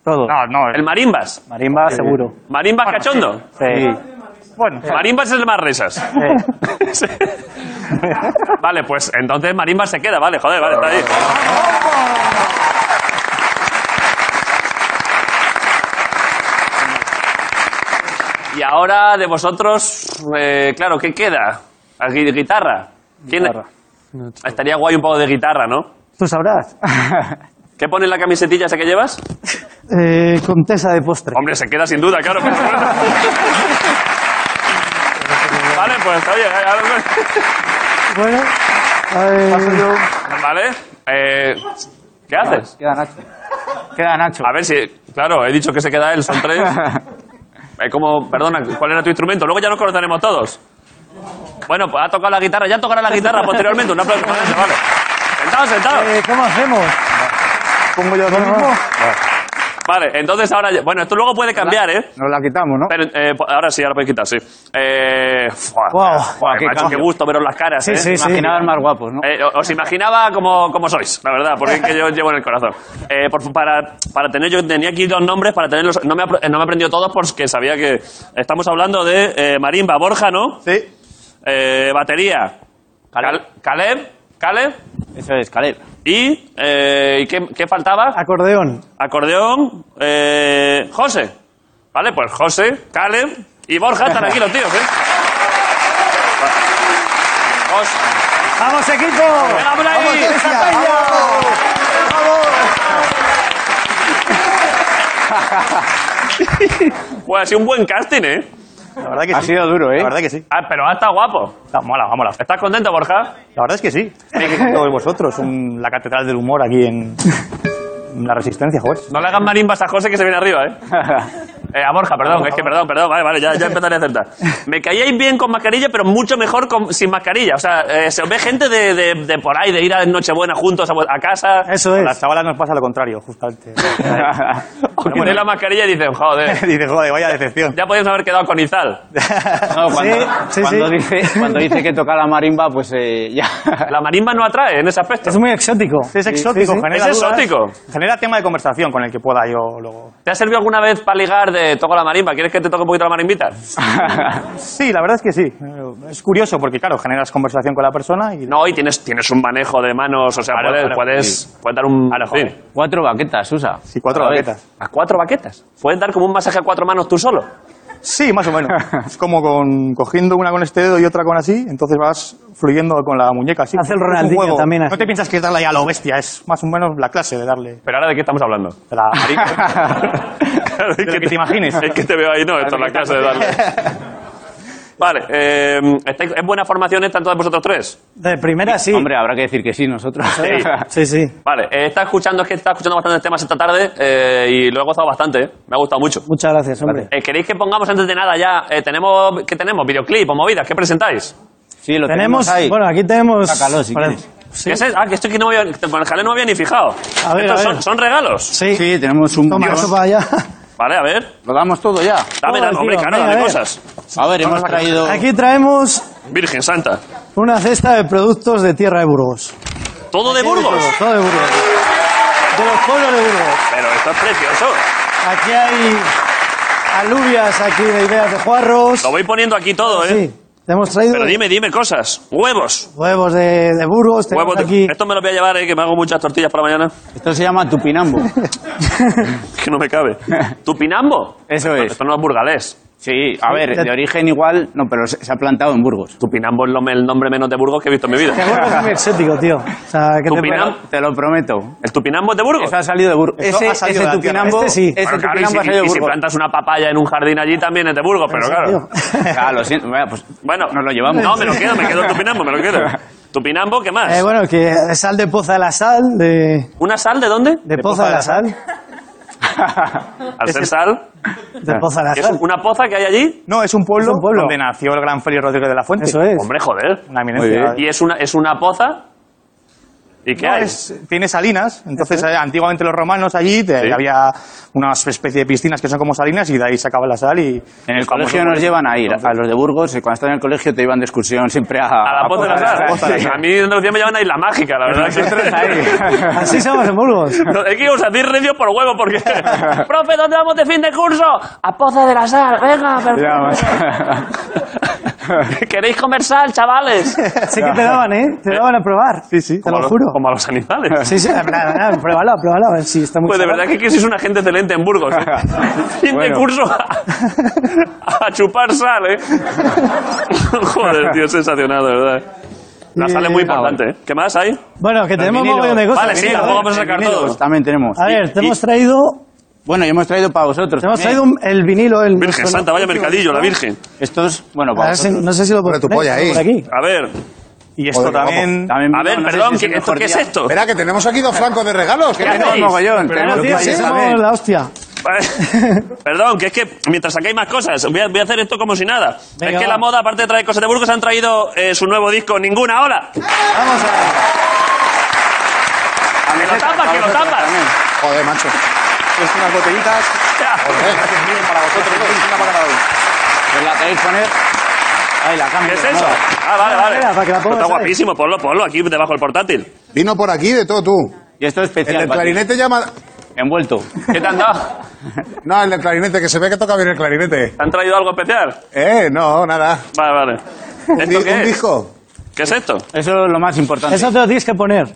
Speaker 11: todo.
Speaker 2: No, no. ¿El Marimbas?
Speaker 11: Marimba, seguro.
Speaker 2: ¿Marimbas
Speaker 11: Bueno,
Speaker 2: cachondo?
Speaker 11: Sí.
Speaker 2: Bueno. Marimbas es el más risas. Sí. vale, pues entonces Marimbas se queda, vale, joder, vale, está ahí. Y ahora de vosotros, eh, claro, ¿qué queda? ¿A gui- ¿Guitarra? ¿Quién- Estaría guay un poco de guitarra, ¿no?
Speaker 11: Tú sabrás.
Speaker 2: ¿Qué pone en la camisetilla esa que llevas?
Speaker 11: Eh, contesa de postre.
Speaker 2: Hombre, se queda sin duda, claro. por supuesto. vale, pues oye, ahora-
Speaker 11: Bueno, a ver.
Speaker 2: Vale. eh, ¿Qué haces?
Speaker 11: Queda Nacho. Queda Nacho.
Speaker 2: A ver si. Claro, he dicho que se queda él, son tres. Eh, como, perdona, ¿cuál era tu instrumento? Luego ya nos conoceremos todos. Bueno, pues ha tocado la guitarra, ya tocará la guitarra posteriormente. Un aplauso para eso, vale. Sentado, sentado.
Speaker 11: Eh, ¿Cómo hacemos?
Speaker 12: ¿Pongo yo lo mismo?
Speaker 2: Vale, entonces ahora. ya- Bueno, esto luego puede cambiar, ¿eh?
Speaker 12: Nos la quitamos, ¿no?
Speaker 2: Pero, eh, po- ahora sí, ahora podéis quitar, sí. Eh, fua,
Speaker 11: Wow.
Speaker 2: joder,
Speaker 11: Qué
Speaker 2: macho,
Speaker 11: cambio.
Speaker 2: qué gusto veros las caras.
Speaker 11: Sí,
Speaker 2: ¿eh?
Speaker 11: sí, sí.
Speaker 2: Imaginaba-
Speaker 11: más guapos, ¿no?
Speaker 2: Eh, o- os imaginaba como, como sois, la verdad, porque es que yo os llevo en el corazón. Eh, por- para, para tener, yo tenía aquí los nombres, para tenerlos, no me, apro- eh, no me he aprendido todos porque sabía que estamos hablando de eh, Marimba, Borja, ¿no? Eh,
Speaker 12: Sí.
Speaker 2: batería, Cal- Caleb, Caleb.
Speaker 11: Eso es, Caleb.
Speaker 2: ¿Y eh, ¿y qué, qué faltaba?
Speaker 11: Acordeón.
Speaker 2: Acordeón, eh, José. Vale, pues José, Caleb y Borja están aquí los tíos, ¿eh? José.
Speaker 11: ¡Vamos, equipo!
Speaker 2: ¡Venga, por ahí! Pues ha sido un buen casting, ¿eh?
Speaker 12: La verdad que ha sido duro, ¿eh? La verdad que sí.
Speaker 2: Ah, pero ha estado guapo.
Speaker 12: Está, mola, mola.
Speaker 2: ¿Estás contento, Borja?
Speaker 12: La verdad es que sí. Estoy aquí con todos vosotros, un- la catedral del humor aquí en, en la Resistencia, joder.
Speaker 2: No le hagas marimbas a José que se viene arriba, ¿eh? Eh, a Borja, perdón, es que perdón, perdón, vale, vale, ya, ya empezaré a acertar. Me caíais bien con mascarilla, pero mucho mejor con- sin mascarilla. O sea, eh, se os ve gente de, de- de por ahí, de ir a Nochebuena juntos a, vu- a casa.
Speaker 12: Eso es. A las chavalas nos pasa lo contrario, justamente.
Speaker 2: Os quitáis la mascarilla y dicen, joder.
Speaker 12: Dices, joder, vaya decepción.
Speaker 2: Ya podíamos haber quedado con Izal.
Speaker 13: No, cuando,
Speaker 12: Sí, sí,
Speaker 13: cuando
Speaker 12: sí.
Speaker 13: Dice, cuando dice que toca la marimba, pues eh, ya.
Speaker 2: La marimba no atrae en ese aspecto.
Speaker 13: Es muy exótico.
Speaker 12: Es exótico, genera
Speaker 2: Es
Speaker 12: dudas,
Speaker 2: exótico.
Speaker 12: genera tema de conversación con el que pueda yo luego.
Speaker 2: ¿Te ha servido alguna vez para ligar de toco la marimba? ¿Quieres que te toque un poquito la marimbita?
Speaker 12: Sí, la verdad es que sí. Eh, Es curioso porque, claro, generas conversación con la persona y...
Speaker 2: No, y tienes, tienes un manejo de manos, o sea,
Speaker 12: Claro,
Speaker 2: puedes,
Speaker 12: claro,
Speaker 2: puedes,
Speaker 12: sí.
Speaker 2: puedes dar un...
Speaker 13: joder.
Speaker 2: sí.
Speaker 13: Cuatro baquetas usa.
Speaker 12: Sí, cuatro
Speaker 13: A la vez.
Speaker 12: baquetas.
Speaker 2: ¿A cuatro baquetas? ¿Puedes dar como un masaje a cuatro manos tú solo?
Speaker 12: Sí, más o menos. Es como con, cogiendo una con este dedo y otra con así, entonces vas fluyendo con la muñeca así.
Speaker 11: Hace el
Speaker 12: Es un
Speaker 11: Ronaldinho
Speaker 12: juego.
Speaker 11: también así.
Speaker 12: No te piensas que es darle ahí a lo bestia, es más o menos la clase de darle.
Speaker 2: Pero ahora de qué estamos hablando?
Speaker 12: de la- Claro, es que te imagines.
Speaker 2: Es que te veo ahí, no, esto es la clase de darle. Vale, eh, ¿estáis- ¿es buena formación esta entonces vosotros tres?
Speaker 13: De primera sí. Hombre, habrá que decir que sí nosotros.
Speaker 2: Sí.
Speaker 13: sí, sí.
Speaker 2: Vale, eh, está escuchando, es que está escuchando bastantes temas esta tarde eh, y lo he gozado bastante, eh. me ha gustado mucho.
Speaker 13: Muchas gracias, hombre.
Speaker 2: Eh, ¿Queréis que pongamos antes de nada ya, eh, tenemos, ¿qué tenemos? ¿Videoclip o movidas? ¿Qué presentáis?
Speaker 13: Sí, lo tenemos,
Speaker 11: Tenemos,
Speaker 13: ahí.
Speaker 11: bueno, aquí tenemos.
Speaker 13: Sácalo, si
Speaker 11: Vale.
Speaker 13: quieres.
Speaker 2: ¿Qué es eso? Ah, que esto aquí no me había, con el jaleo no me había ni fijado.
Speaker 11: A ver,
Speaker 2: Estos
Speaker 11: a ver.
Speaker 2: Son, son regalos.
Speaker 11: Sí.
Speaker 13: Sí, tenemos un
Speaker 11: Toma,
Speaker 13: guión.
Speaker 11: eso para allá.
Speaker 2: Vale, a ver.
Speaker 13: Lo damos todo ya.
Speaker 2: Dame,
Speaker 11: Todo,
Speaker 2: dame, hombre,
Speaker 11: Oh, tío,
Speaker 2: claro,
Speaker 11: venga,
Speaker 2: dame
Speaker 11: a ver.
Speaker 2: cosas.
Speaker 13: A ver, hemos traído.
Speaker 11: Aquí traemos
Speaker 2: Virgen Santa.
Speaker 11: una cesta de productos de tierra de Burgos.
Speaker 2: Todo de
Speaker 11: Todo,
Speaker 2: Burgos.
Speaker 11: todo de Burgos. De los pueblos de Burgos.
Speaker 2: Pero esto es precioso.
Speaker 11: Aquí hay alubias aquí de ideas de juarros.
Speaker 2: Lo voy poniendo aquí todo, ¿eh?
Speaker 11: Sí, te hemos traído
Speaker 2: Pero dime, dime cosas. Huevos.
Speaker 11: huevos de, de Burgos. Tenemos
Speaker 2: Huevos. de-
Speaker 11: aquí.
Speaker 2: Esto me lo voy a llevar, ¿eh? Que me hago muchas tortillas para mañana.
Speaker 13: Esto se llama Tupinambo.
Speaker 2: Que no me cabe. ¿Tupinambo?
Speaker 13: Eso
Speaker 2: No,
Speaker 13: es.
Speaker 2: Esto no es burgalés.
Speaker 13: Sí, a ver, de origen igual, no, pero se, se ha plantado en Burgos.
Speaker 2: Tupinambo es lo- el nombre menos de Burgos que he visto en mi vida.
Speaker 13: Te
Speaker 11: Es muy exótico, tío. O sea, que te
Speaker 2: Tupinam-
Speaker 13: Te lo prometo.
Speaker 2: ¿El Tupinambo es de Burgos?
Speaker 13: Eso ha salido de Burgos.
Speaker 2: Eso
Speaker 13: Ese,
Speaker 2: ha salido
Speaker 13: ese
Speaker 2: de la tierra. Este
Speaker 13: Tupinambo, ese
Speaker 2: Bueno, claro, y
Speaker 13: Tupinambo
Speaker 2: si-
Speaker 13: ha salido
Speaker 2: y
Speaker 13: de
Speaker 2: si
Speaker 13: Burgos.
Speaker 2: plantas una papaya en un jardín allí también es de Burgos, pero claro.
Speaker 13: Claro, lo siento. Vaya, pues
Speaker 2: Bueno,
Speaker 13: nos lo llevamos.
Speaker 2: No, me lo quedo, me quedo el Tupinambo, me lo quedo. Tupinambo, ¿qué más?
Speaker 11: Eh, bueno, que sal de poza de la sal, de,
Speaker 2: ¿Una sal de dónde?
Speaker 11: de poza de la sal.
Speaker 2: Al ser sal.
Speaker 11: De poza de la
Speaker 2: ¿Es
Speaker 11: sal.
Speaker 2: una poza que hay allí?
Speaker 12: No, es un pueblo,
Speaker 11: Es un pueblo.
Speaker 12: donde nació el gran Félix Rodríguez de la Fuente.
Speaker 11: Eso es.
Speaker 2: Hombre, joder.
Speaker 12: Una eminencia.
Speaker 2: ¿Y es una, es una poza? ¿Y qué
Speaker 12: No,
Speaker 2: hay?
Speaker 12: es- tiene salinas, entonces eh, antiguamente los romanos allí te- había unas especie de piscinas que son como salinas y de ahí sacaba la sal y...
Speaker 13: En el colegio nos llevan a ir, a los de Burgos, y cuando estaba en el colegio te iban de excursión siempre a...
Speaker 2: A la poza de la sal. A mí en Andalucía me llaman a Isla Mágica, la verdad.
Speaker 13: Nosotros ahí.
Speaker 11: Así somos en Burgos.
Speaker 2: No, es que íbamos a decir recio por huevo porque... Profe, ¿dónde vamos de fin de curso? A Poza de la Sal, venga, perfecto. ¿Queréis comer sal, chavales?
Speaker 11: Sé que te daban, ¿eh? Te daban a probar. Sí, sí. Te
Speaker 2: Como a
Speaker 11: lo
Speaker 2: los-
Speaker 11: juro.
Speaker 2: Como a los animales.
Speaker 11: Sí, sí, nada, nada, pruébalo, pruébalo. a ver si está muy
Speaker 2: Pues de
Speaker 11: salado.
Speaker 2: verdad que quieres un agente excelente en Burgos. ¿eh? Fin de
Speaker 11: Bueno.
Speaker 2: curso a, a chupar sal, ¿eh? Joder, tío, sensacional, de verdad. La sal es muy
Speaker 11: Eh, ah,
Speaker 2: importante, ¿eh? ¿Qué más hay?
Speaker 11: Bueno, que tenemos un mogollón de cosas.
Speaker 2: Vale, sí,
Speaker 11: Vinilo,
Speaker 2: tampoco vamos a
Speaker 11: eh,
Speaker 2: sacar
Speaker 11: vinilo.
Speaker 2: todos.
Speaker 13: También tenemos.
Speaker 11: A ver, te hemos traído...
Speaker 13: Bueno, y hemos traído para vosotros.
Speaker 11: Te hemos
Speaker 13: también.
Speaker 11: traído un- el vinilo, el...
Speaker 2: Virgen Santa, vaya mercadillo, la Virgen.
Speaker 13: Estos, bueno,
Speaker 11: A
Speaker 13: para
Speaker 11: ver si-
Speaker 13: vosotros.
Speaker 11: no sé si lo puedes
Speaker 3: tu polla ahí.
Speaker 11: por aquí.
Speaker 2: A ver,
Speaker 12: Y esto
Speaker 3: Joder,
Speaker 12: también...
Speaker 13: También
Speaker 2: a ver,
Speaker 13: no sé
Speaker 2: perdón,
Speaker 13: si es el
Speaker 2: ¿qué- esto
Speaker 13: mejor
Speaker 2: qué es
Speaker 13: día.
Speaker 2: esto?
Speaker 3: Espera, que tenemos aquí dos francos de regalos. que
Speaker 2: ¿Qué
Speaker 3: tenemos-
Speaker 13: Tenemos
Speaker 2: hacéis?
Speaker 13: mogollón,
Speaker 2: Pero
Speaker 13: tenemos
Speaker 2: no
Speaker 11: Tío,
Speaker 13: que
Speaker 11: sí,
Speaker 13: ir
Speaker 11: somos
Speaker 13: también.
Speaker 11: la hostia.
Speaker 2: Vale. Perdón, que es que mientras sacáis más cosas, voy a, voy a hacer esto como si nada.
Speaker 11: Venga,
Speaker 2: es que
Speaker 11: va.
Speaker 2: la moda, aparte de traer cosas de Burgos, han traído eh, su nuevo disco, Ninguna Hora.
Speaker 11: Vamos a...
Speaker 2: Que lo tapas, que lo tapas.
Speaker 3: Joder, macho. Pues
Speaker 12: Es unas botellitas.
Speaker 3: Joder.
Speaker 12: Miren, para vosotros, una para cada uno.
Speaker 13: Pues la queréis poner... Ahí la
Speaker 2: ¿Qué
Speaker 13: cámara.
Speaker 2: es eso? Ah, vale, vale.
Speaker 11: Espera, para que la
Speaker 2: Esto
Speaker 11: pongas ahí.
Speaker 2: Está guapísimo, ponlo, ponlo aquí debajo del portátil.
Speaker 3: Vino por aquí de todo tú.
Speaker 13: Y esto es
Speaker 3: El
Speaker 13: especial.
Speaker 3: del
Speaker 13: para ti.
Speaker 3: clarinete llama...
Speaker 13: Envuelto.
Speaker 2: ¿Qué te han dado?
Speaker 3: No, el del clarinete, que se ve que toca bien el clarinete.
Speaker 2: ¿Te han traído algo especial?
Speaker 3: Eh, no, nada.
Speaker 2: Vale, vale.
Speaker 3: Un,
Speaker 2: ¿Esto
Speaker 3: di-
Speaker 2: qué
Speaker 3: un
Speaker 2: es?
Speaker 3: disco.
Speaker 2: ¿Qué es esto?
Speaker 13: Eso es lo más importante.
Speaker 11: Eso te lo tienes que poner.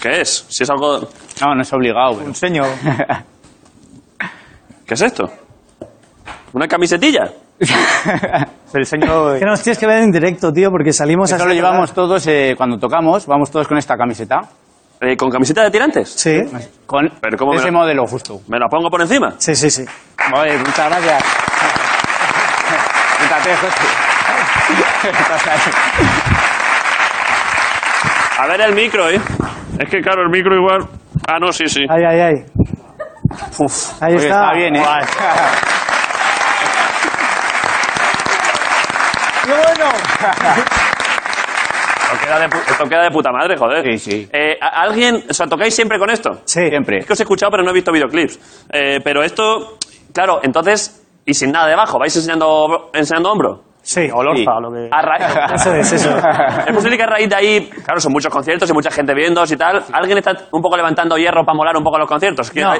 Speaker 2: ¿Qué es? Si es algo...
Speaker 13: No, no es obligado. pero-
Speaker 12: Un seño.
Speaker 2: ¿Qué es esto? ¿Una camisetilla?
Speaker 12: Es el seño... de-
Speaker 11: Que nos tienes que ver en directo, tío, porque salimos
Speaker 13: Eso
Speaker 11: así,
Speaker 13: lo
Speaker 11: ¿verdad?
Speaker 13: llevamos todos eh, cuando tocamos, vamos todos con esta camiseta.
Speaker 2: Eh, ¿Con camiseta de tirantes?
Speaker 11: Sí,
Speaker 13: Con
Speaker 2: Pero ¿cómo me
Speaker 13: ese
Speaker 2: la-
Speaker 13: modelo justo.
Speaker 2: ¿Me la pongo por encima?
Speaker 11: sí, sí, sí.
Speaker 13: Vale, muchas gracias. Quítate, José.
Speaker 2: A ver el micro, ¿eh? Es que claro, el micro igual... Ah, no, sí, sí.
Speaker 11: Ahí, ahí, ahí.
Speaker 13: Uf,
Speaker 11: Ahí
Speaker 13: oye,
Speaker 11: está.
Speaker 13: bien, ¿eh?
Speaker 2: Esto queda de, pu- esto queda de puta madre, joder.
Speaker 13: Sí, sí.
Speaker 2: Eh, ¿a- ¿Alguien... O sea, ¿tocáis siempre con esto?
Speaker 11: Sí.
Speaker 13: Siempre.
Speaker 2: Es que os he escuchado, pero no he visto videoclips. Eh, pero esto... Claro, entonces... Y sin nada debajo, ¿vais enseñando, enseñando hombro?
Speaker 11: Sí.
Speaker 13: Sí.
Speaker 12: Orfa, o lo que...
Speaker 2: A ra-
Speaker 11: Eso es, eso.
Speaker 2: Es posible que a raíz de ahí, claro, son muchos conciertos y mucha gente viendo y tal. ¿Alguien está un poco levantando hierro para molar un poco los conciertos? ¿Quién,
Speaker 11: No,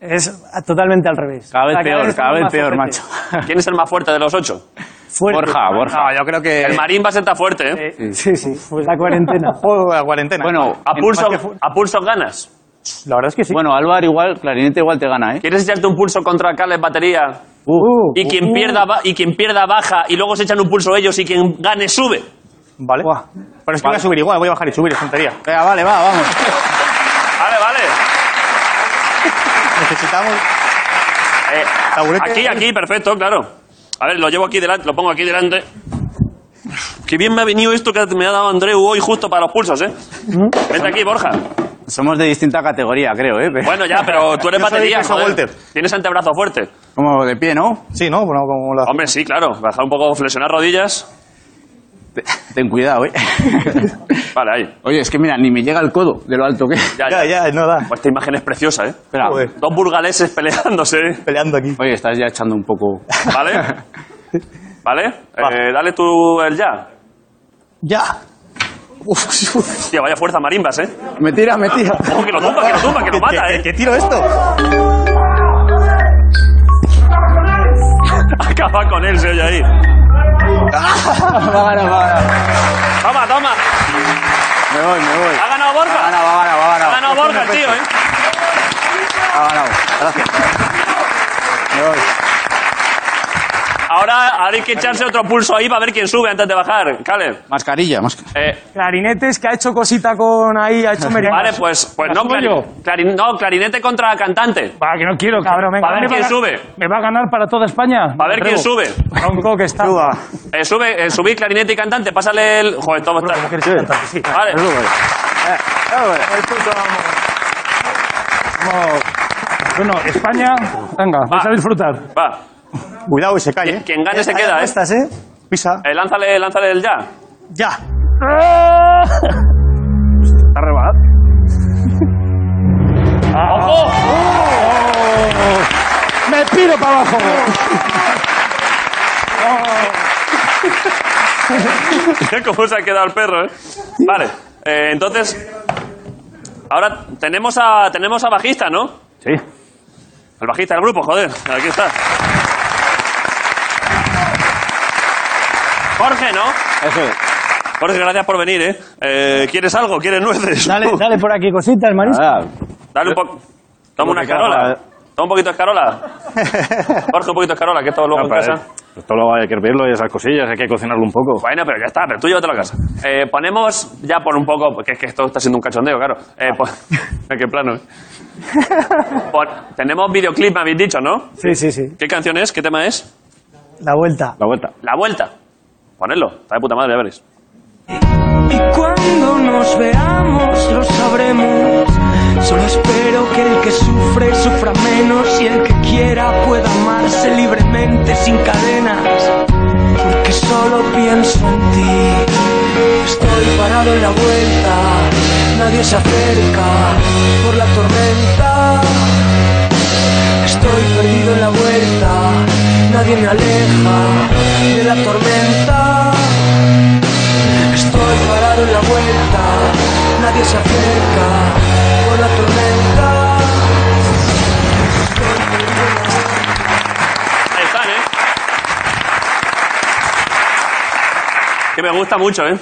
Speaker 11: es totalmente al revés.
Speaker 13: Cada vez
Speaker 11: O sea,
Speaker 13: peor, cada vez
Speaker 11: más
Speaker 13: peor,
Speaker 11: ojete.
Speaker 13: macho.
Speaker 2: quién es el más fuerte de los ocho?
Speaker 11: Fuerte.
Speaker 13: Borja, Borja.
Speaker 12: No, yo creo que...
Speaker 2: El marimba se está fuerte, ¿eh?
Speaker 11: Eh, Sí, sí, fue la cuarentena.
Speaker 12: Juego de la cuarentena.
Speaker 13: Bueno,
Speaker 2: A
Speaker 12: más
Speaker 2: pulso,
Speaker 12: que fu-
Speaker 2: a pulso ganas.
Speaker 12: la verdad es que sí.
Speaker 13: Bueno, Álvaro igual, clarinete igual te gana, ¿eh?
Speaker 2: ¿Quieres echarte un pulso contra Carles batería?
Speaker 11: Uh,
Speaker 2: Y quien, pierda, ba- y quien pierda baja y luego se echan un pulso ellos y quien gane sube.
Speaker 12: Vale. Pero es que voy a subir igual, voy a bajar y subir, es tontería.
Speaker 13: Venga, vale, va, vamos.
Speaker 2: Vale, vale.
Speaker 12: Necesitamos.
Speaker 2: Eh,
Speaker 12: Taburete.
Speaker 2: aquí, aquí, perfecto, claro. A ver, lo llevo aquí delante, lo pongo aquí delante. Qué bien me ha venido esto que me ha dado Andreu hoy justo para los pulsos, ¿eh? Vente aquí, Borja.
Speaker 13: Somos de distinta categoría, creo, ¿eh? Pero-
Speaker 2: Bueno, ya, pero tú eres
Speaker 12: Yo soy
Speaker 2: batería,
Speaker 12: Jason
Speaker 2: joder.
Speaker 12: Walter.
Speaker 2: Tienes antebrazo fuerte.
Speaker 13: Como de pie, ¿no?
Speaker 12: Sí, ¿no? Bueno, como la.
Speaker 2: Hombre, sí, claro. Bajar un poco, flexionar rodillas.
Speaker 13: Te- Ten cuidado, ¿eh?
Speaker 2: Vale, ahí.
Speaker 13: Oye, es que mira, ni me llega el codo de lo alto que...
Speaker 2: Ya, ya.
Speaker 12: Ya, ya, no da.
Speaker 2: Pues esta imagen es preciosa, ¿eh?
Speaker 13: Espera.
Speaker 12: Joder.
Speaker 2: Dos burgaleses peleándose, ¿eh?
Speaker 12: Peleando aquí.
Speaker 13: Oye, estás ya echando un poco...
Speaker 2: ¿vale? ¿Vale? Eh, dale tú el ya.
Speaker 11: ya.
Speaker 2: Hostia, vaya fuerza marimbas, ¿eh?
Speaker 13: Me tira, me tira.
Speaker 2: Ojo, que lo tumba, que lo tumba, que lo mata,
Speaker 12: ¿Qué,
Speaker 2: ¿eh?
Speaker 12: qué tiro esto?
Speaker 2: Acaba con él, se oye ahí.
Speaker 13: Va a ganar, va a ganar.
Speaker 2: Toma, toma.
Speaker 13: Me voy, me voy.
Speaker 2: Ha
Speaker 13: Va
Speaker 2: ganado
Speaker 13: a
Speaker 2: Borja.
Speaker 13: ganar, va a ganar, va a
Speaker 2: Ha
Speaker 13: ganar.
Speaker 2: ganado Borja, el tío, ¿eh?
Speaker 13: Ha ganado. Gracias. Me voy.
Speaker 2: Ahora ahora hay que echarse otro pulso ahí para ver quién sube antes de bajar. Caleb.
Speaker 14: Mascarilla,
Speaker 2: Eh.
Speaker 14: mascarilla.
Speaker 15: Clarinetes que ha hecho cosita con ahí, ha hecho merienda.
Speaker 2: Vale, pues, pues no, clari- clarin- no, clarinete contra cantante.
Speaker 16: Va, que no quiero. Cabrón, venga.
Speaker 2: Para
Speaker 16: ¿Me
Speaker 2: ver quién
Speaker 16: va a-
Speaker 2: sube.
Speaker 16: ¿Me va a ganar para toda España?
Speaker 2: Para ver quién sube.
Speaker 15: Bronco que está.
Speaker 2: Eh, sube, eh, subí clarinete y cantante. Pásale el. Joder, toma está. Vale.
Speaker 16: Vamos. Bueno, España, venga, vais a
Speaker 11: eh.
Speaker 16: disfrutar.
Speaker 2: Va.
Speaker 12: Cuidado y se cae, ¿eh?
Speaker 2: Quien gane se queda, ¿eh?
Speaker 12: Estas, ¿eh? Pisa.
Speaker 2: Eh, lánzale, lánzale el ya.
Speaker 12: Ya.
Speaker 16: Está rebajado.
Speaker 2: ¡Ojo!
Speaker 11: ¡Me piro para abajo!
Speaker 2: ¿Cómo se ha quedado el perro, eh? Vale. eh, entonces. Ahora tenemos a, tenemos a bajista, ¿no?
Speaker 16: Sí.
Speaker 2: El bajista del grupo, joder. Aquí está. Jorge, ¿no?
Speaker 14: Eso es.
Speaker 2: Jorge, gracias por venir, ¿eh? Eh, quieres algo? ¿Quieres nueces?
Speaker 11: Dale, dale por aquí cositas, marisco.
Speaker 13: Ah,
Speaker 2: Dale un poco. Toma una
Speaker 11: que haga-
Speaker 2: escarola. Toma un poquito de escarola. Jorge, un poquito de escarola, que esto luego en casa.
Speaker 6: Esto lo hay que hervirlo y esas cosillas, hay que cocinarlo un poco.
Speaker 2: Bueno, pero ya está, pero tú llévatelo a casa. Eh, ponemos ya por un poco, porque es que esto está siendo un cachondeo, claro.
Speaker 6: Ah.
Speaker 2: Eh, pon- ¿En qué plano? eh? Pon- tenemos videoclip, me habéis dicho, ¿no?
Speaker 11: Sí, sí, sí.
Speaker 2: ¿Qué canción es? ¿Qué tema es?
Speaker 11: La vuelta.
Speaker 6: La vuelta.
Speaker 2: La vuelta. Ponedlo, está de puta madre, ya veréis.
Speaker 9: Y cuando nos veamos lo sabremos. Solo espero que el que sufre sufra menos y el que quiera pueda amarse libremente sin cadenas. Porque solo pienso en ti. Estoy parado en la vuelta, nadie se acerca por la tormenta. Estoy perdido en la vuelta, nadie me aleja de la tormenta. Estoy parado en la vuelta, nadie se acerca por la tormenta.
Speaker 2: Ahí están, ¿eh? Que me gusta mucho, ¿eh?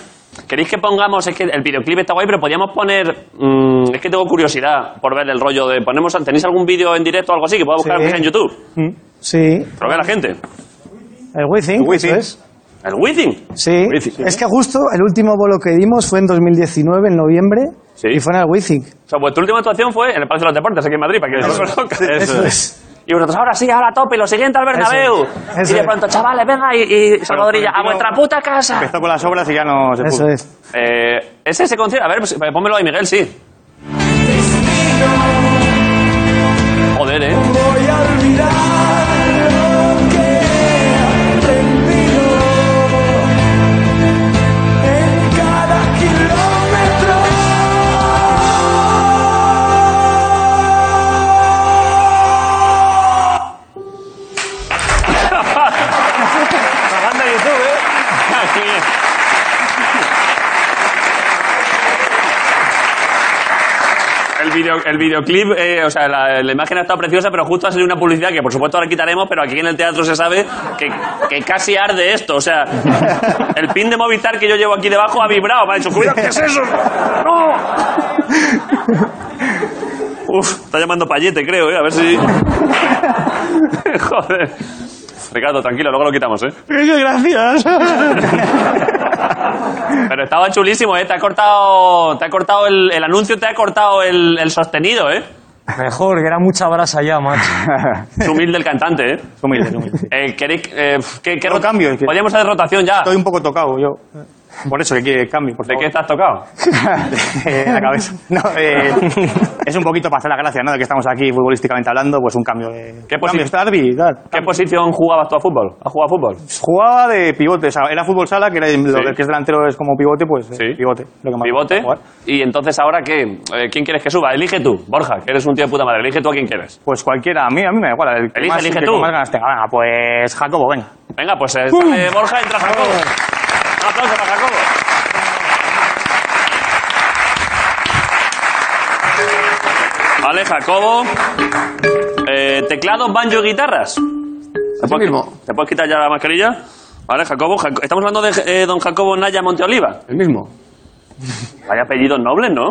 Speaker 2: ¿Queréis que pongamos? Es que el videoclip está guay, pero podríamos poner. mm, es que tengo curiosidad por ver el rollo de. ponemos ¿Tenéis algún vídeo en directo o algo así que pueda buscar aunque sea en YouTube?
Speaker 11: Mm, Sí.
Speaker 2: Pero ve la gente.
Speaker 11: El Wizzing, eso es.
Speaker 2: ¿El Withing?
Speaker 11: Sí. Es que justo el último bolo que dimos fue en 2019, en noviembre, y fue en el Wizzing.
Speaker 2: O sea, vuestra última actuación fue en el Palacio de los Deportes, aquí en Madrid, para que no lo conozca.
Speaker 11: Eso es.
Speaker 2: Y vosotros, ahora sí, ahora a tope, lo siguiente al Bernabéu.
Speaker 11: Eso
Speaker 2: y de
Speaker 11: es.
Speaker 2: pronto, chavales, venga, y, y Salvadorilla, a vuestra puta casa.
Speaker 12: Empezó con las obras y ya no se
Speaker 11: Eso
Speaker 12: pudo.
Speaker 11: es.
Speaker 2: Eh, ¿Es ese concierto? A ver, pues, pónmelo ahí, Miguel, sí. Joder, ¿eh?
Speaker 9: Voy a olvidar lo que he aprendido en cada kilómetro.
Speaker 2: Pagando YouTube, ¿eh? Qué bien. El, video, el videoclip, eh, o sea, la, la imagen ha estado preciosa, pero justo ha salido una publicidad que, por supuesto, ahora quitaremos, pero aquí en el teatro se sabe que, que casi arde esto. O sea, el pin de Movistar que yo llevo aquí debajo ha vibrado. Me ha dicho, cuidado, ¿qué es eso? ¡No! Uf, está llamando Payete, creo, ¿eh? A ver si... Joder. Ricardo, tranquilo, luego lo quitamos, ¿eh?
Speaker 11: gracias!
Speaker 2: Pero estaba chulísimo, ¿eh? Te ha cortado, te ha cortado el, el anuncio, te ha cortado el, el sostenido, ¿eh?
Speaker 15: Mejor, que era mucha brasa ya, macho.
Speaker 2: Es humilde el cantante, ¿eh?
Speaker 12: Humilde, humilde.
Speaker 2: Eh, ¿queréis, eh, ¿Qué, qué
Speaker 12: No
Speaker 2: rot-
Speaker 12: cambio, es que-
Speaker 2: Podríamos hacer rotación ya.
Speaker 12: Estoy un poco tocado yo. Por eso que quiere cambio, por
Speaker 2: ¿De
Speaker 12: favor.
Speaker 2: qué estás tocado?
Speaker 12: Eh, la cabeza. No, eh, es un poquito para hacer la gracia, ¿no? De que estamos aquí futbolísticamente hablando, pues un cambio de.
Speaker 2: ¿Qué, posi-
Speaker 12: Cambio de derbi, tal.
Speaker 2: ¿Qué posición jugabas tú a fútbol? ¿Has jugado a fútbol?
Speaker 12: Jugaba de pivote, o sea, era fútbol sala, que era lo que es delantero es como pivote, pues eh, pivote. Lo que más
Speaker 2: ¿Pivote? Y entonces ahora, ¿qué? Eh, ¿Quién quieres que suba? Elige tú, Borja, que eres un tío de puta madre. Elige tú a quién quieres.
Speaker 12: Pues cualquiera, a mí, a mí me da igual. El que
Speaker 2: Elige,
Speaker 12: más,
Speaker 2: elige
Speaker 12: el que
Speaker 2: tú.
Speaker 12: más ganas tenga. Venga, pues Jacobo, venga.
Speaker 2: Venga, pues eh,
Speaker 12: ¡Pum!
Speaker 2: sale Borja, entra Jacobo. Un aplauso para Jacobo. Vale, Jacobo. Eh, teclados, banjo y guitarras. ¿Te puedes, qui- ¿Te puedes quitar ya la mascarilla? Vale, Jacobo. Jaco- Estamos hablando de eh, don Jacobo Naya Monteoliva.
Speaker 6: El mismo.
Speaker 2: Vaya apellidos nobles, ¿no?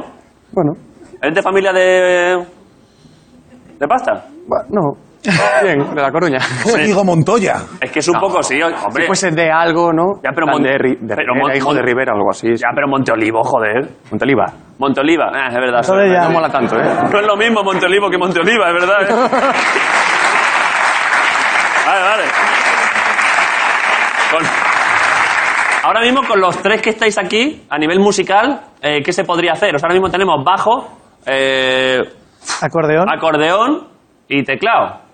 Speaker 6: Bueno.
Speaker 2: ¿Es de familia de. de pasta?
Speaker 6: No. Bien, de la Coruña.
Speaker 2: Diego
Speaker 6: Montoya.
Speaker 2: Es que es un poco, sí, hombre.
Speaker 7: pues
Speaker 12: Si fuese de algo, ¿no?
Speaker 2: Ya, pero
Speaker 12: Tan
Speaker 2: Mon-
Speaker 12: de, Ri- de
Speaker 2: pero
Speaker 12: Rivera,
Speaker 2: Mon-
Speaker 12: hijo de Rivera o algo así.
Speaker 2: Ya, pero Monteolivo, joder.
Speaker 12: Monteliva.
Speaker 2: Montoliva, ah, es verdad.
Speaker 12: Entonces
Speaker 2: sí.
Speaker 12: ya- No mola tanto, ¿eh?
Speaker 2: No es lo mismo Monteolivo que Monteoliva, es verdad. ¿eh? vale, vale. Con- Ahora mismo con los tres que estáis aquí, a nivel musical, eh, ¿qué se podría hacer? O sea, ahora mismo tenemos bajo, eh,
Speaker 11: Acordeón.
Speaker 2: acordeón y teclado.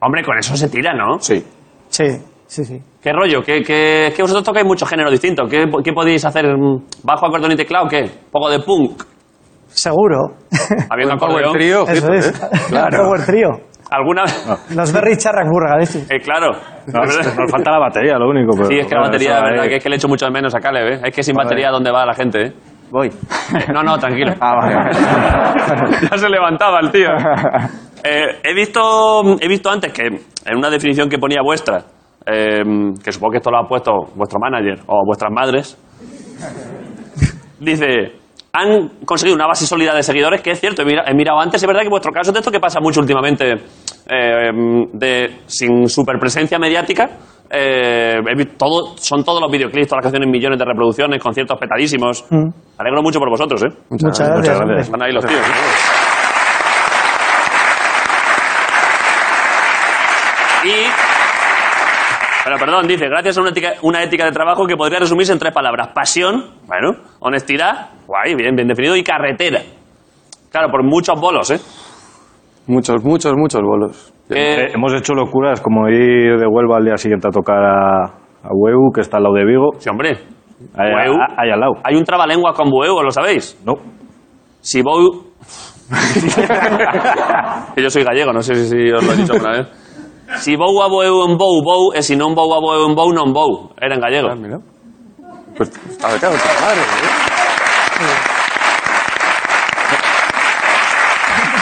Speaker 2: Hombre, con eso se tira, ¿no?
Speaker 12: Sí.
Speaker 11: Sí, sí, sí.
Speaker 2: ¿Qué rollo? ¿Qué, qué, es que vosotros tocáis muchos géneros distintos. ¿Qué, qué podéis hacer? ¿Mm, ¿Bajo, acordeón y teclado? ¿Qué? ¿Un poco de punk?
Speaker 11: Seguro.
Speaker 2: Habiendo acordeón.
Speaker 11: Eso es. Power Trio.
Speaker 2: ¿Alguna
Speaker 11: Los Berry Charrasburga, ¿eh?
Speaker 2: Eh, claro. La
Speaker 17: No,
Speaker 2: verdad-
Speaker 17: es- nos falta la batería, lo único. Pero,
Speaker 2: Sí, es que la
Speaker 17: bueno,
Speaker 2: batería,
Speaker 17: eso
Speaker 2: la verdad,
Speaker 17: ahí-
Speaker 2: que es que le echo mucho de menos a Caleb, ¿eh? Es que sin
Speaker 17: Joder.
Speaker 2: batería, ¿dónde va la gente, eh?
Speaker 13: Voy.
Speaker 2: No, no, tranquilo.
Speaker 13: Ah, vale.
Speaker 2: ya se levantaba el tío. Eh, he, visto, he visto antes que en una definición que ponía vuestra, eh, que supongo que esto lo ha puesto vuestro manager o vuestras madres, dice, han conseguido una base sólida de seguidores, que es cierto, he mira- he mirado, antes, es verdad que vuestro caso es de esto que pasa mucho últimamente, eh, de sin superpresencia mediática, eh, he vi- todo, son todos los videoclips, todas las canciones, millones de reproducciones, conciertos petadísimos.
Speaker 11: Mm.
Speaker 2: Me alegro mucho por vosotros, ¿eh?
Speaker 11: Muchas Muchas gracias, gracias. hombre.
Speaker 2: Están ahí los tíos. Y... Pero perdón, dice, gracias a una ética, una ética de trabajo que podría resumirse en tres palabras. Pasión, bueno, honestidad, guay, bien, bien definido, y carretera. Claro, por muchos bolos, ¿eh?
Speaker 12: Muchos, muchos, muchos bolos.
Speaker 2: Eh,
Speaker 17: Eh, Hemos hecho locuras como ir de Huelva al día siguiente a tocar a, a Hueu, que está al lado de Vigo.
Speaker 2: Sí, hombre.
Speaker 17: Ahí,
Speaker 2: Hueu.
Speaker 17: a- ahí al lado.
Speaker 2: Hay un trabalengua con Bueu, ¿lo sabéis?
Speaker 17: No.
Speaker 2: Si Bou... que yo soy gallego, no sé si, si os lo he dicho alguna vez. Si Bou a Bueu en Bou, Bou, es si non Bou a Bueu en Bou, non Bou. Era en gallego.
Speaker 12: Pues, a ver, claro, puta madre, ¿eh?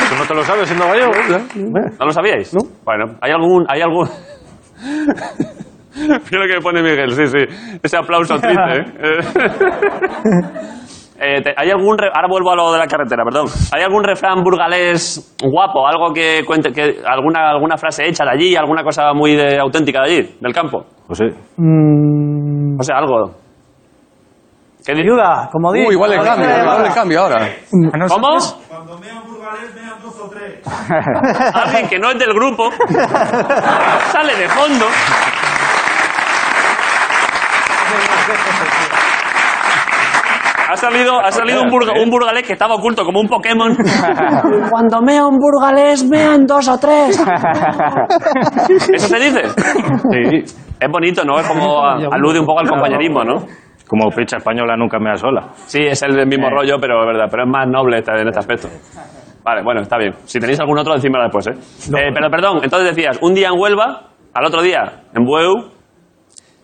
Speaker 17: ¿Tú no te lo sabes siendo gallego? ¿eh?
Speaker 2: ¿No lo sabíais? No. Bueno, hay algún... Hay algún... Mira lo que pone Miguel, sí, sí. Ese aplauso triste, ¿eh? Eh, te- ¿Hay algún... re- Ahora vuelvo a lo de la carretera, perdón. ¿Hay algún refrán burgalés guapo? ¿Algo que cuente... Que, alguna, ¿Alguna frase hecha de allí? ¿Alguna cosa muy de- auténtica de allí? ¿Del campo?
Speaker 17: Pues sí.
Speaker 2: O sea, algo... ¿Qué dices?
Speaker 11: Ayuda, como digo.
Speaker 12: Uh, igual el cambio, igual el cambio ahora.
Speaker 2: ¿Cómo? Alguien que no es del grupo sale de fondo. Ha salido, ha salido un, burga- un burgalés que estaba oculto como un Pokémon.
Speaker 18: Cuando mea un burgalés, mean dos o tres.
Speaker 2: ¿Eso se dice?
Speaker 17: Sí.
Speaker 2: Es bonito, ¿no? Es como a- alude un poco al compañerismo, ¿no?
Speaker 17: Como picha española nunca me da sola.
Speaker 2: Sí, es el
Speaker 17: Eh.
Speaker 2: mismo rollo, pero es verdad. Pero es más noble esta- en este aspecto. Vale, bueno, está bien. Si tenéis algún otro, decídmelo después, ¿eh? Eh, Pero perdón, entonces decías, un día en Huelva, al otro día en Bueu,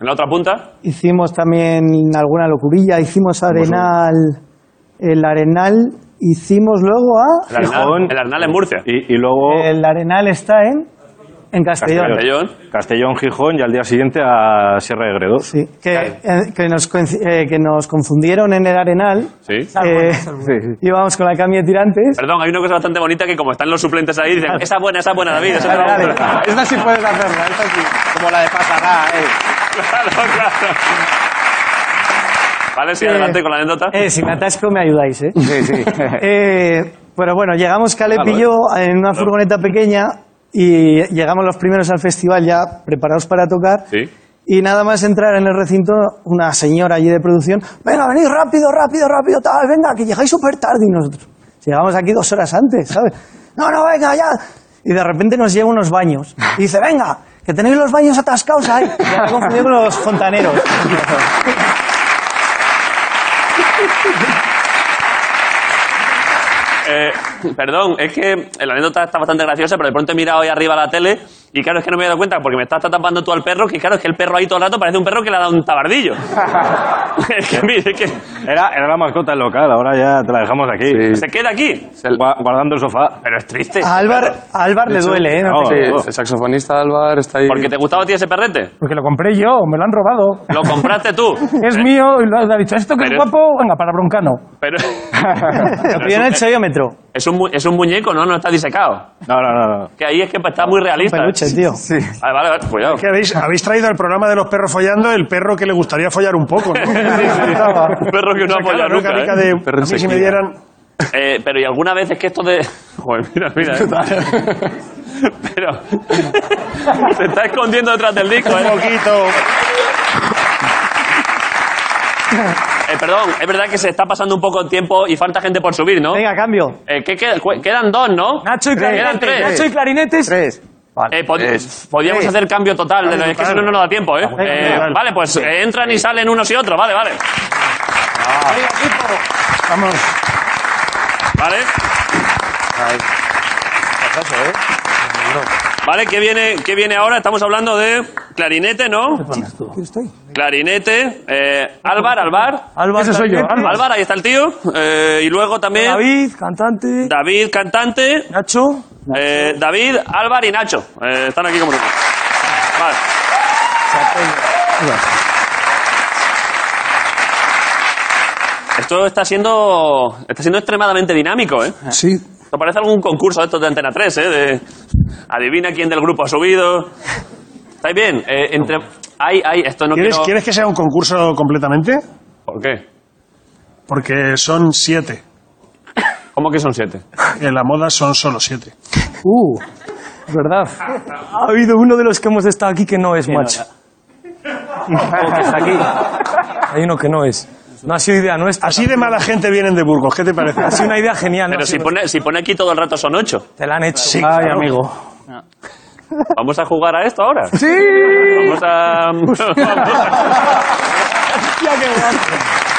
Speaker 2: en la otra punta.
Speaker 11: Hicimos también alguna locurilla, hicimos Arenal, el Arenal, hicimos luego a...
Speaker 2: El Arnal, el Arnal en Murcia.
Speaker 17: Y, y luego
Speaker 11: El Arenal está en, en Castellón.
Speaker 2: Castellón.
Speaker 17: Castellón, Gijón y al día siguiente a Sierra de Gredos.
Speaker 11: Sí, que, eh, que nos, coinci- eh, que nos confundieron en el Arenal.
Speaker 17: Sí.
Speaker 11: Eh, Íbamos con la cambia de tirantes.
Speaker 2: Perdón, hay una cosa bastante bonita que como están los suplentes ahí, dicen, esa es buena, esa es buena, David, esa es
Speaker 11: Dale,
Speaker 2: buena.
Speaker 11: dale.
Speaker 12: Esta sí puedes hacerla, esta sí. Como la de pasará, ¿eh?
Speaker 2: Claro, claro. Vale, sí,
Speaker 11: Eh,
Speaker 2: adelante con la anécdota.
Speaker 11: Eh, si me atasco me ayudáis, ¿eh?
Speaker 12: Sí, sí.
Speaker 11: Eh, pero bueno, llegamos Caleb
Speaker 2: Claro,
Speaker 11: y yo en una furgoneta pequeña y llegamos los primeros al festival ya preparados para tocar.
Speaker 2: Sí.
Speaker 11: Y nada más entrar en el recinto, una señora allí de producción, venga, venid rápido, rápido, rápido, tal, venga, que llegáis súper tarde y nosotros. si Llegamos aquí dos horas antes, ¿sabes? No, no, venga, ya. Y de repente nos lleva unos baños. Y dice, venga, que tenéis los baños atascados ahí. Ya me he confundido con los fontaneros.
Speaker 2: Eh, perdón, es que la anécdota está bastante graciosa, pero de pronto he mirado ahí arriba la tele y claro, es que no me he dado cuenta porque me estás tapando tú al perro, que claro, es que el perro ahí todo el rato parece un perro que le ha dado un tabardillo. es que mire, es que
Speaker 17: Era, era la mascota del local, ahora ya te la dejamos aquí.
Speaker 2: se queda aquí.
Speaker 17: Gua- Guardando el sofá.
Speaker 2: Este, Pero es triste.
Speaker 11: A Álvar, a Álvar le duele, ¿eh? No
Speaker 17: no,
Speaker 11: te creas.
Speaker 17: no.
Speaker 12: El saxofonista Álvaro está ahí.
Speaker 2: Porque te gustaba a ti ese perrete.
Speaker 10: Porque lo compré yo, me lo han robado.
Speaker 2: Lo compraste tú.
Speaker 10: Es mío y lo ha dicho, esto que es
Speaker 2: Pero-
Speaker 10: guapo, venga, para broncano.
Speaker 2: Pero,
Speaker 11: Lo
Speaker 2: pero
Speaker 11: pidió en el
Speaker 2: es, un,
Speaker 11: choiómetro.
Speaker 2: es un mu- es un muñeco, ¿no? No está disecado.
Speaker 17: No, no, no. no.
Speaker 2: Que ahí es que está muy realista. Ah,
Speaker 11: peluche, coche, tío.
Speaker 6: Sí.
Speaker 2: Vale, vale, vale, cuidado.
Speaker 6: Que habéis, habéis traído al programa de los perros follando el perro que le gustaría follar un poco, ¿no?
Speaker 2: Un perro que no ha follado
Speaker 6: Claro,
Speaker 2: nunca.
Speaker 6: canica
Speaker 2: ¿eh?
Speaker 6: de- Perro a mí si sequía. me dieran-
Speaker 2: Eh, pero y alguna vez es que esto de. Joder, mira, mira. eh. pero. Se está escondiendo detrás del disco, ¿eh?
Speaker 6: Un poquito.
Speaker 2: Eh, perdón, es verdad que se está pasando un poco el tiempo y falta gente por subir, ¿no? Venga,
Speaker 11: cambio.
Speaker 2: Eh, ¿qué queda? Cu- Quedan dos, ¿no? Nacho
Speaker 7: y
Speaker 2: Quedan
Speaker 7: clarinetes.
Speaker 2: tres.
Speaker 7: Nacho y clarinetes.
Speaker 11: Tres.
Speaker 2: Eh, pod- Podríamos
Speaker 7: Tres.
Speaker 2: hacer cambio total, de- es que si no, no nos da tiempo, ¿eh?
Speaker 7: venga,
Speaker 2: Eh,
Speaker 7: venga, dale.
Speaker 2: vale, pues eh, entran y salen unos y otros, vale, vale.
Speaker 6: Vamos.
Speaker 2: Vale.
Speaker 7: ¿eh?
Speaker 2: Vale, ¿qué viene, ¿qué viene ahora? Estamos hablando de clarinete, ¿no? Clarinete, eh, Álvar, Álvar.
Speaker 7: Álvar, Ese soy yo, clarinete. Álvar.
Speaker 2: Álvar, ahí está el tío. Eh, y luego también
Speaker 7: David, cantante.
Speaker 2: David, cantante.
Speaker 7: Nacho.
Speaker 2: Eh, David, Álvar y Nacho. Eh, están aquí como nosotros. Vale. Esto está siendo, está siendo extremadamente dinámico, ¿eh?
Speaker 15: Sí.
Speaker 2: Esto parece algún concurso de estos de Antena 3, ¿eh? De adivina quién del grupo ha subido. ¿Estáis bien? Eh, entre... Ay, ay, esto no
Speaker 6: ¿Quieres,
Speaker 2: quiero...
Speaker 6: ¿Quieres que sea un concurso completamente?
Speaker 2: ¿Por qué?
Speaker 6: Porque son siete.
Speaker 2: ¿Cómo que son siete?
Speaker 6: En la moda son solo siete.
Speaker 15: Uh, es verdad. Ha habido uno de los que hemos estado aquí que no es macho.
Speaker 7: ¿Cómo que está aquí?
Speaker 15: Hay uno que no es. No ha sido idea nuestra.
Speaker 6: Así de mala gente vienen de Burgos, ¿qué te parece?
Speaker 15: Ha sido una idea genial. no
Speaker 2: Pero
Speaker 15: ha
Speaker 2: si
Speaker 15: sido-
Speaker 2: pone, si pone aquí todo el rato son ocho.
Speaker 15: Te la han hecho.
Speaker 2: Sí,
Speaker 15: Ay,
Speaker 2: claro.
Speaker 15: amigo.
Speaker 2: ¿Vamos a jugar a esto ahora?
Speaker 15: Sí.
Speaker 2: Vamos a...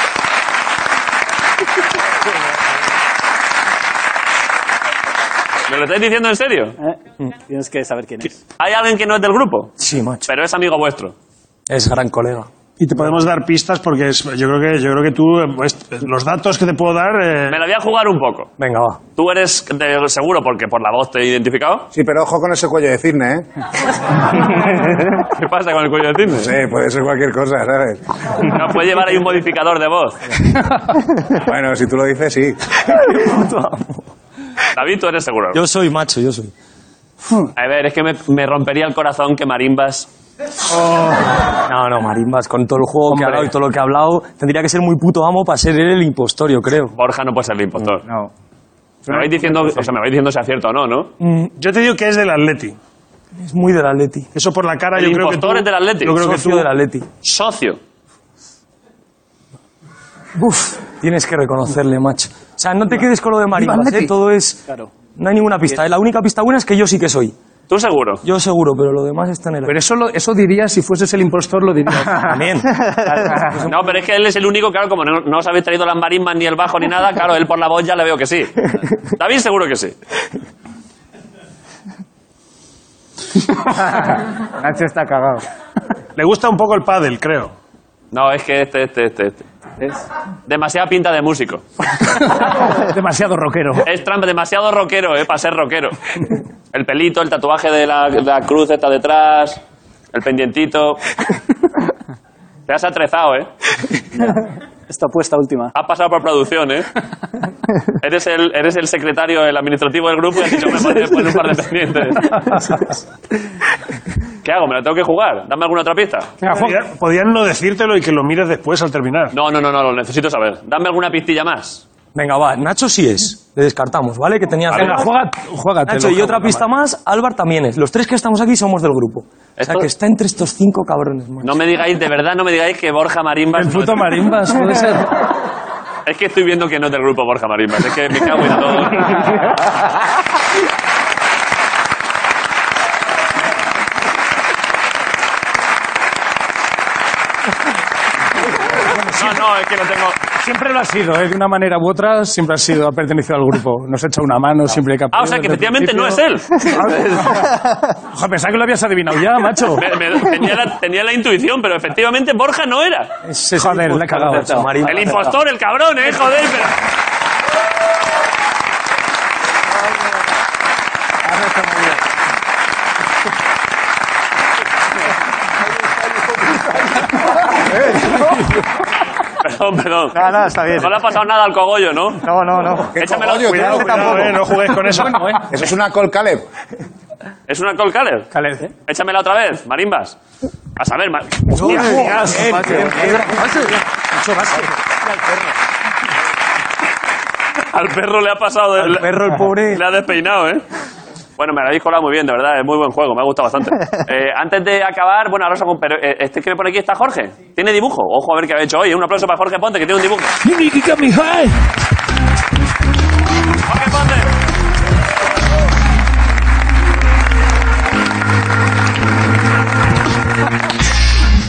Speaker 2: ¿Me lo estáis diciendo en serio?
Speaker 13: Eh, Tienes que saber quién es.
Speaker 2: ¿Hay alguien que no es del grupo?
Speaker 15: Sí, macho.
Speaker 2: Pero es amigo vuestro.
Speaker 15: Es gran colega.
Speaker 6: Y te podemos dar pistas porque es- yo creo que yo creo que tú eh, pues, los datos que te puedo dar eh,
Speaker 2: Me la voy a jugar un poco.
Speaker 15: Venga, va.
Speaker 2: Tú eres de- seguro porque por la voz te he identificado.
Speaker 3: Sí, pero ojo con ese cuello de cisne, ¿eh?
Speaker 2: ¿Qué pasa con el cuello de
Speaker 3: No
Speaker 2: cisne?
Speaker 3: sé, puede ser cualquier cosa, ¿sabes?
Speaker 2: No puede llevar ahí un modificador de voz.
Speaker 3: Bueno, si tú lo dices, sí.
Speaker 2: David, tú eres seguro.
Speaker 15: Yo soy macho, yo soy.
Speaker 2: A ver, es que me, me rompería el corazón que marimbas.
Speaker 15: No, no, Marimbas, con todo el juego que
Speaker 2: Hombre.
Speaker 15: ha hablado y todo lo que ha hablado, tendría que ser muy puto amo para ser él el impostor, yo creo.
Speaker 2: Borja no puede ser el impostor. No. Me vais diciendo, o sea, me vais diciendo si acierto o no, ¿no?
Speaker 15: Mm,
Speaker 6: Yo te digo que es del Atleti.
Speaker 15: Es muy del Atleti.
Speaker 6: Eso por la cara
Speaker 2: El
Speaker 6: yo creo que tú,
Speaker 2: impostor es del Atleti.
Speaker 6: Yo creo que
Speaker 15: Socio
Speaker 6: tú
Speaker 15: del Atleti.
Speaker 2: Socio.
Speaker 15: Uf, tienes que reconocerle, macho. O sea, no te quedes con lo de Marimbas,
Speaker 13: Atleti.
Speaker 15: ¿eh? Todo es... No hay ninguna pista. La única pista buena es que yo sí que soy.
Speaker 2: ¿Tú seguro?
Speaker 15: Yo seguro, pero lo demás está en el...
Speaker 10: Pero eso, lo- eso diría, si fueses el impostor, lo dirías.
Speaker 15: También.
Speaker 2: No, pero es que él es el único, claro, como no, no os habéis traído las marimbas ni el bajo ni nada, claro, él por la voz ya le veo que sí. David seguro que sí.
Speaker 13: Nacho está cagado.
Speaker 6: le gusta un poco el pádel, creo.
Speaker 2: No, es que este, este, este, este. Demasiada pinta de músico.
Speaker 10: Demasiado rockero.
Speaker 2: Es Trump demasiado rockero, eh, para ser rockero. El pelito, el tatuaje de la, de la cruz está detrás, el pendientito. Te has atrezado, eh.
Speaker 13: Esta apuesta última.
Speaker 2: Has pasado por producción, eh. Eres el, eres el secretario, el administrativo del grupo y has dicho, me pones pones un par de pendientes. ¿Qué hago? ¿Me la tengo que jugar? Dame alguna otra pista.
Speaker 6: Podían, podían no decírtelo y que lo mires después al terminar.
Speaker 2: No, no, no, no, lo necesito saber. Dame alguna pistilla más.
Speaker 15: Venga, va. Nacho sí es. Le descartamos, ¿vale? Que tenías...
Speaker 10: Venga, juega, juégatelo,
Speaker 15: Nacho, y
Speaker 10: juega,
Speaker 15: otra
Speaker 10: venga,
Speaker 15: pista más, Álvaro también es. Los tres que estamos aquí somos del grupo. O sea,
Speaker 2: Esto-
Speaker 15: que está entre estos cinco cabrones, macho.
Speaker 2: No me digáis, de verdad, no me digáis que Borja Marimbas...
Speaker 10: El
Speaker 2: no es-
Speaker 10: puto Marimbas, puede ser.
Speaker 2: Es que estoy viendo que no es del grupo Borja Marimbas. Es que me cago en todo. No, no, es que no tengo...
Speaker 10: Siempre lo ha sido, ¿eh? de una manera u otra, siempre ha sido, ha pertenecido al grupo. Nos ha echado una mano, siempre que ha
Speaker 2: Ah, o sea, que
Speaker 10: podido, desde
Speaker 2: efectivamente
Speaker 10: el
Speaker 2: no es
Speaker 10: principio.
Speaker 2: él.
Speaker 10: Joder, pensaba que lo habías adivinado ya, macho.
Speaker 2: Me- me- tenía, la, tenía la intuición, pero efectivamente Borja no era.
Speaker 10: Ese- Joder, la he cagado. macho.
Speaker 2: El impostor, el cabrón, eh, joder. pero- Perdón, perdón.
Speaker 6: Ah,
Speaker 12: No, no, está bien.
Speaker 2: No le ha pasado nada al cogollo, ¿no?
Speaker 12: No, no, no.
Speaker 3: ¿Qué
Speaker 2: Échamela- cuidado,
Speaker 3: cogollo, tío,
Speaker 2: cuidado,
Speaker 3: tampoco.
Speaker 6: eh, no juguéis con eso.
Speaker 3: Eso es una col Caleb.
Speaker 2: ¿Es un alcohol caler? Caler,
Speaker 6: eh.
Speaker 2: Échamela otra vez, marimbas. A saber, mar... Hostia,
Speaker 6: Bien,
Speaker 2: joder,
Speaker 6: bien,
Speaker 2: macho.
Speaker 6: bien, bien. Mucho base.
Speaker 2: Al perro le ha pasado. Al perro, eh, el pobre. Le ha despeinado, ¿eh? Bueno, me lo habéis colado muy bien, de verdad. Es muy buen juego, me ha gustado bastante. Eh, antes de acabar, bueno, ahora os hago un- Pero eh, este que me pone aquí está Jorge. Tiene dibujo. Ojo a ver qué ha hecho hoy. Un aplauso para Jorge Ponte, que tiene un dibujo.
Speaker 1: You need to get me high.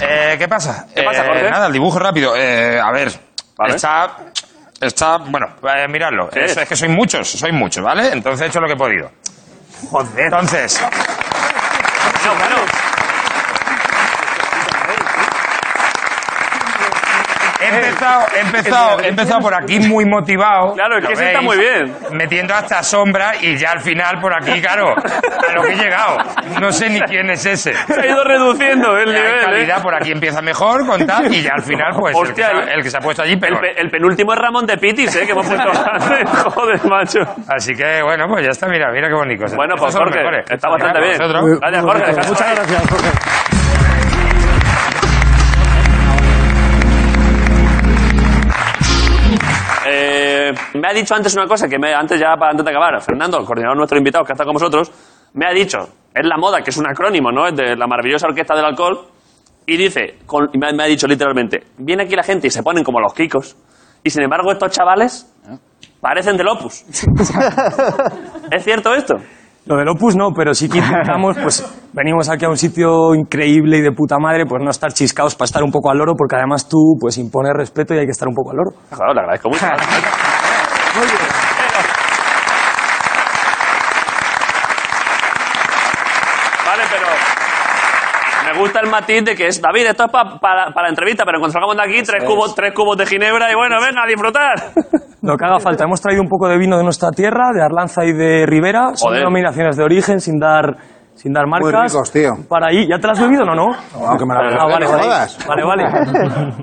Speaker 7: Eh, ¿Qué pasa?
Speaker 2: ¿Qué pasa,
Speaker 7: Eh,
Speaker 2: Jorge?
Speaker 7: Nada, el dibujo rápido. Eh, a ver,
Speaker 2: Vale.
Speaker 7: está... Está... Bueno, eh, miradlo.
Speaker 2: ¿Qué
Speaker 7: Es,
Speaker 2: es?
Speaker 7: es que soy muchos, soy muchos, ¿vale? Entonces he hecho lo que he podido. Joder. Entonces... He
Speaker 2: Eh,
Speaker 7: empezado, he empezado, he empezado por aquí muy motivado.
Speaker 2: Claro, es
Speaker 7: lo
Speaker 2: que ese está
Speaker 7: veis,
Speaker 2: muy bien.
Speaker 7: Metiendo hasta sombra y ya al final por aquí, claro, a lo que he llegado. No sé ni quién es ese.
Speaker 2: Se ha ido reduciendo el
Speaker 7: Ya hay
Speaker 2: nivel, ¿eh?
Speaker 7: calidad, por aquí empieza mejor con tal, y ya al final, pues,
Speaker 2: Hostia,
Speaker 7: el, que se, ha- el que se ha puesto allí, pero...
Speaker 2: El, pe- el penúltimo es Ramón de Pitis, ¿eh? Que hemos puesto antes. Joder, macho.
Speaker 7: Así que, bueno, pues ya está, mira, mira qué bonito.
Speaker 2: Bueno, pues, Jorge, está bastante bien. Gracias, Jorge, dejadlo
Speaker 7: Muchas gracias, Jorge.
Speaker 2: Eh, me ha dicho antes una cosa que me, antes ya para antes de acabar, Fernando, el coordinador nuestro invitado que está con vosotros, me ha dicho, es la moda, que es un acrónimo, ¿no? Es de la maravillosa orquesta del alcohol, y dice, con- y me, ha- me ha dicho literalmente, viene aquí la gente y se ponen como los kikos, y sin embargo estos chavales parecen del opus. ¿Es cierto esto?
Speaker 15: Lo del Opus no, pero sí que intentamos, pues venimos aquí a un sitio increíble y de puta madre, pues no estar chiscados para estar un poco al loro, porque además tú pues impones respeto y hay que estar un poco al loro.
Speaker 2: Claro, le agradezco mucho. Vale, pero me gusta el matiz de que es, David, esto es pa- para, para la entrevista, pero cuando salgamos de aquí, tres
Speaker 15: es.
Speaker 2: cubos, tres cubos de ginebra y bueno, venga a disfrutar.
Speaker 15: Lo que haga falta. Hemos traído un poco de vino de nuestra tierra, de Arlanza y de Ribera. Son
Speaker 2: Joder.
Speaker 15: denominaciones de origen, sin dar, sin dar marcas.
Speaker 3: ricos, tío.
Speaker 15: Para ahí. ¿Ya te las has bebido o no?
Speaker 3: No, que me la bebo.
Speaker 15: ah, vale,
Speaker 3: No
Speaker 15: vale.
Speaker 3: jodas.
Speaker 15: Vale, vale.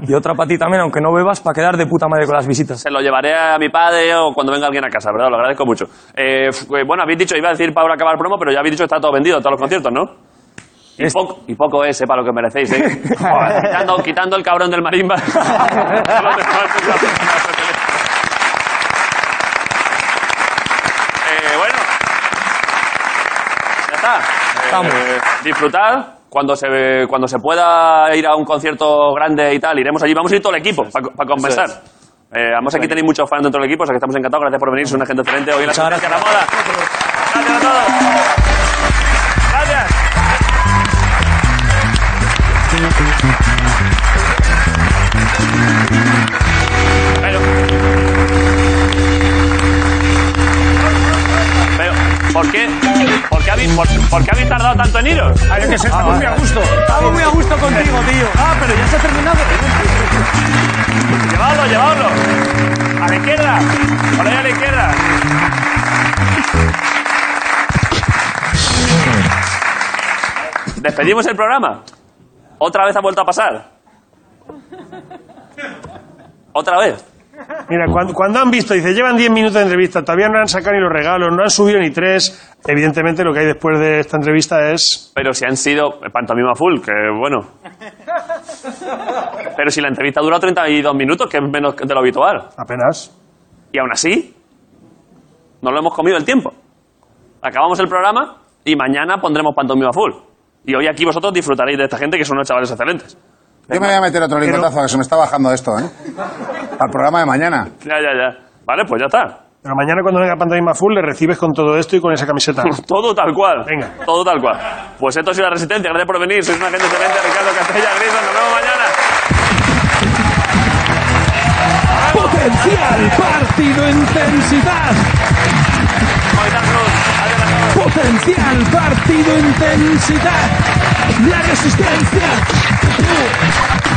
Speaker 15: Y otra para ti también, aunque no bebas, para quedar de puta madre con las visitas.
Speaker 2: Se lo llevaré a mi padre o cuando venga alguien a casa, ¿verdad? Lo agradezco mucho. Eh, f- eh, bueno, habéis dicho, iba a decir para acabar promo, pero ya habéis dicho que está todo vendido, todos los conciertos, ¿no? Y, poco, y poco es, eh, para lo que merecéis, ¿eh? Joder, quitando, quitando el cabrón del marimba. Solo me falta un cabrón. Eh, bueno. Ya está.
Speaker 15: Estamos.
Speaker 2: Eh, disfrutad. Cuando se, cuando se pueda ir a un concierto grande y tal, iremos allí. Vamos a ir todo el equipo para compensar. Eh, además, aquí tenéis muchos fans dentro del equipo, o sea que estamos encantados. Gracias por venir, sois una gente excelente. Hoy en la
Speaker 15: Muchas
Speaker 2: Sentencia de la moda. Gracias a todos. Gracias. Pero, ¿por qué? ¿Por qué habéis, por, por qué habéis tardado tanto en iros?
Speaker 15: Ah,
Speaker 2: Ah,
Speaker 6: Hay que ser muy a gusto.
Speaker 15: Estamos muy a gusto contigo, tío.
Speaker 6: Ah, pero ya se ha terminado.
Speaker 2: Llevadlo, llevadlo. A la izquierda. Por ahí a la izquierda. Despedimos el programa. Otra vez ha vuelto a pasar. Otra vez.
Speaker 6: Mira, cuando, cuando han visto, dice, llevan 10 minutos de entrevista, todavía no han sacado ni los regalos, no han subido ni tres. Evidentemente lo que hay después de esta entrevista es...
Speaker 2: Pero si han sido pantomima full, que bueno. Pero si la entrevista dura 32 minutos, que es menos de lo habitual.
Speaker 6: Apenas.
Speaker 2: Y aún así, no lo hemos comido el tiempo. Acabamos el programa y mañana pondremos pantomima full. Y hoy aquí vosotros disfrutaréis de esta gente que son unos chavales excelentes.
Speaker 3: Yo me voy a meter otro lingotazo, que se me está bajando esto, ¿eh? Al programa de mañana.
Speaker 2: Ya, ya, ya. Vale, pues ya está.
Speaker 6: Pero mañana cuando venga Pantomima Full le recibes con todo esto y con esa camiseta.
Speaker 2: Todo tal cual.
Speaker 6: Venga.
Speaker 2: Todo tal cual. Pues esto ha sido La Resistencia. Gracias por venir. Sois una gente excelente. Ricardo Castella, Grison. Nos vemos mañana.
Speaker 1: Potencial, partido, intensidad. Potencial, partido, intensidad. La resistencia.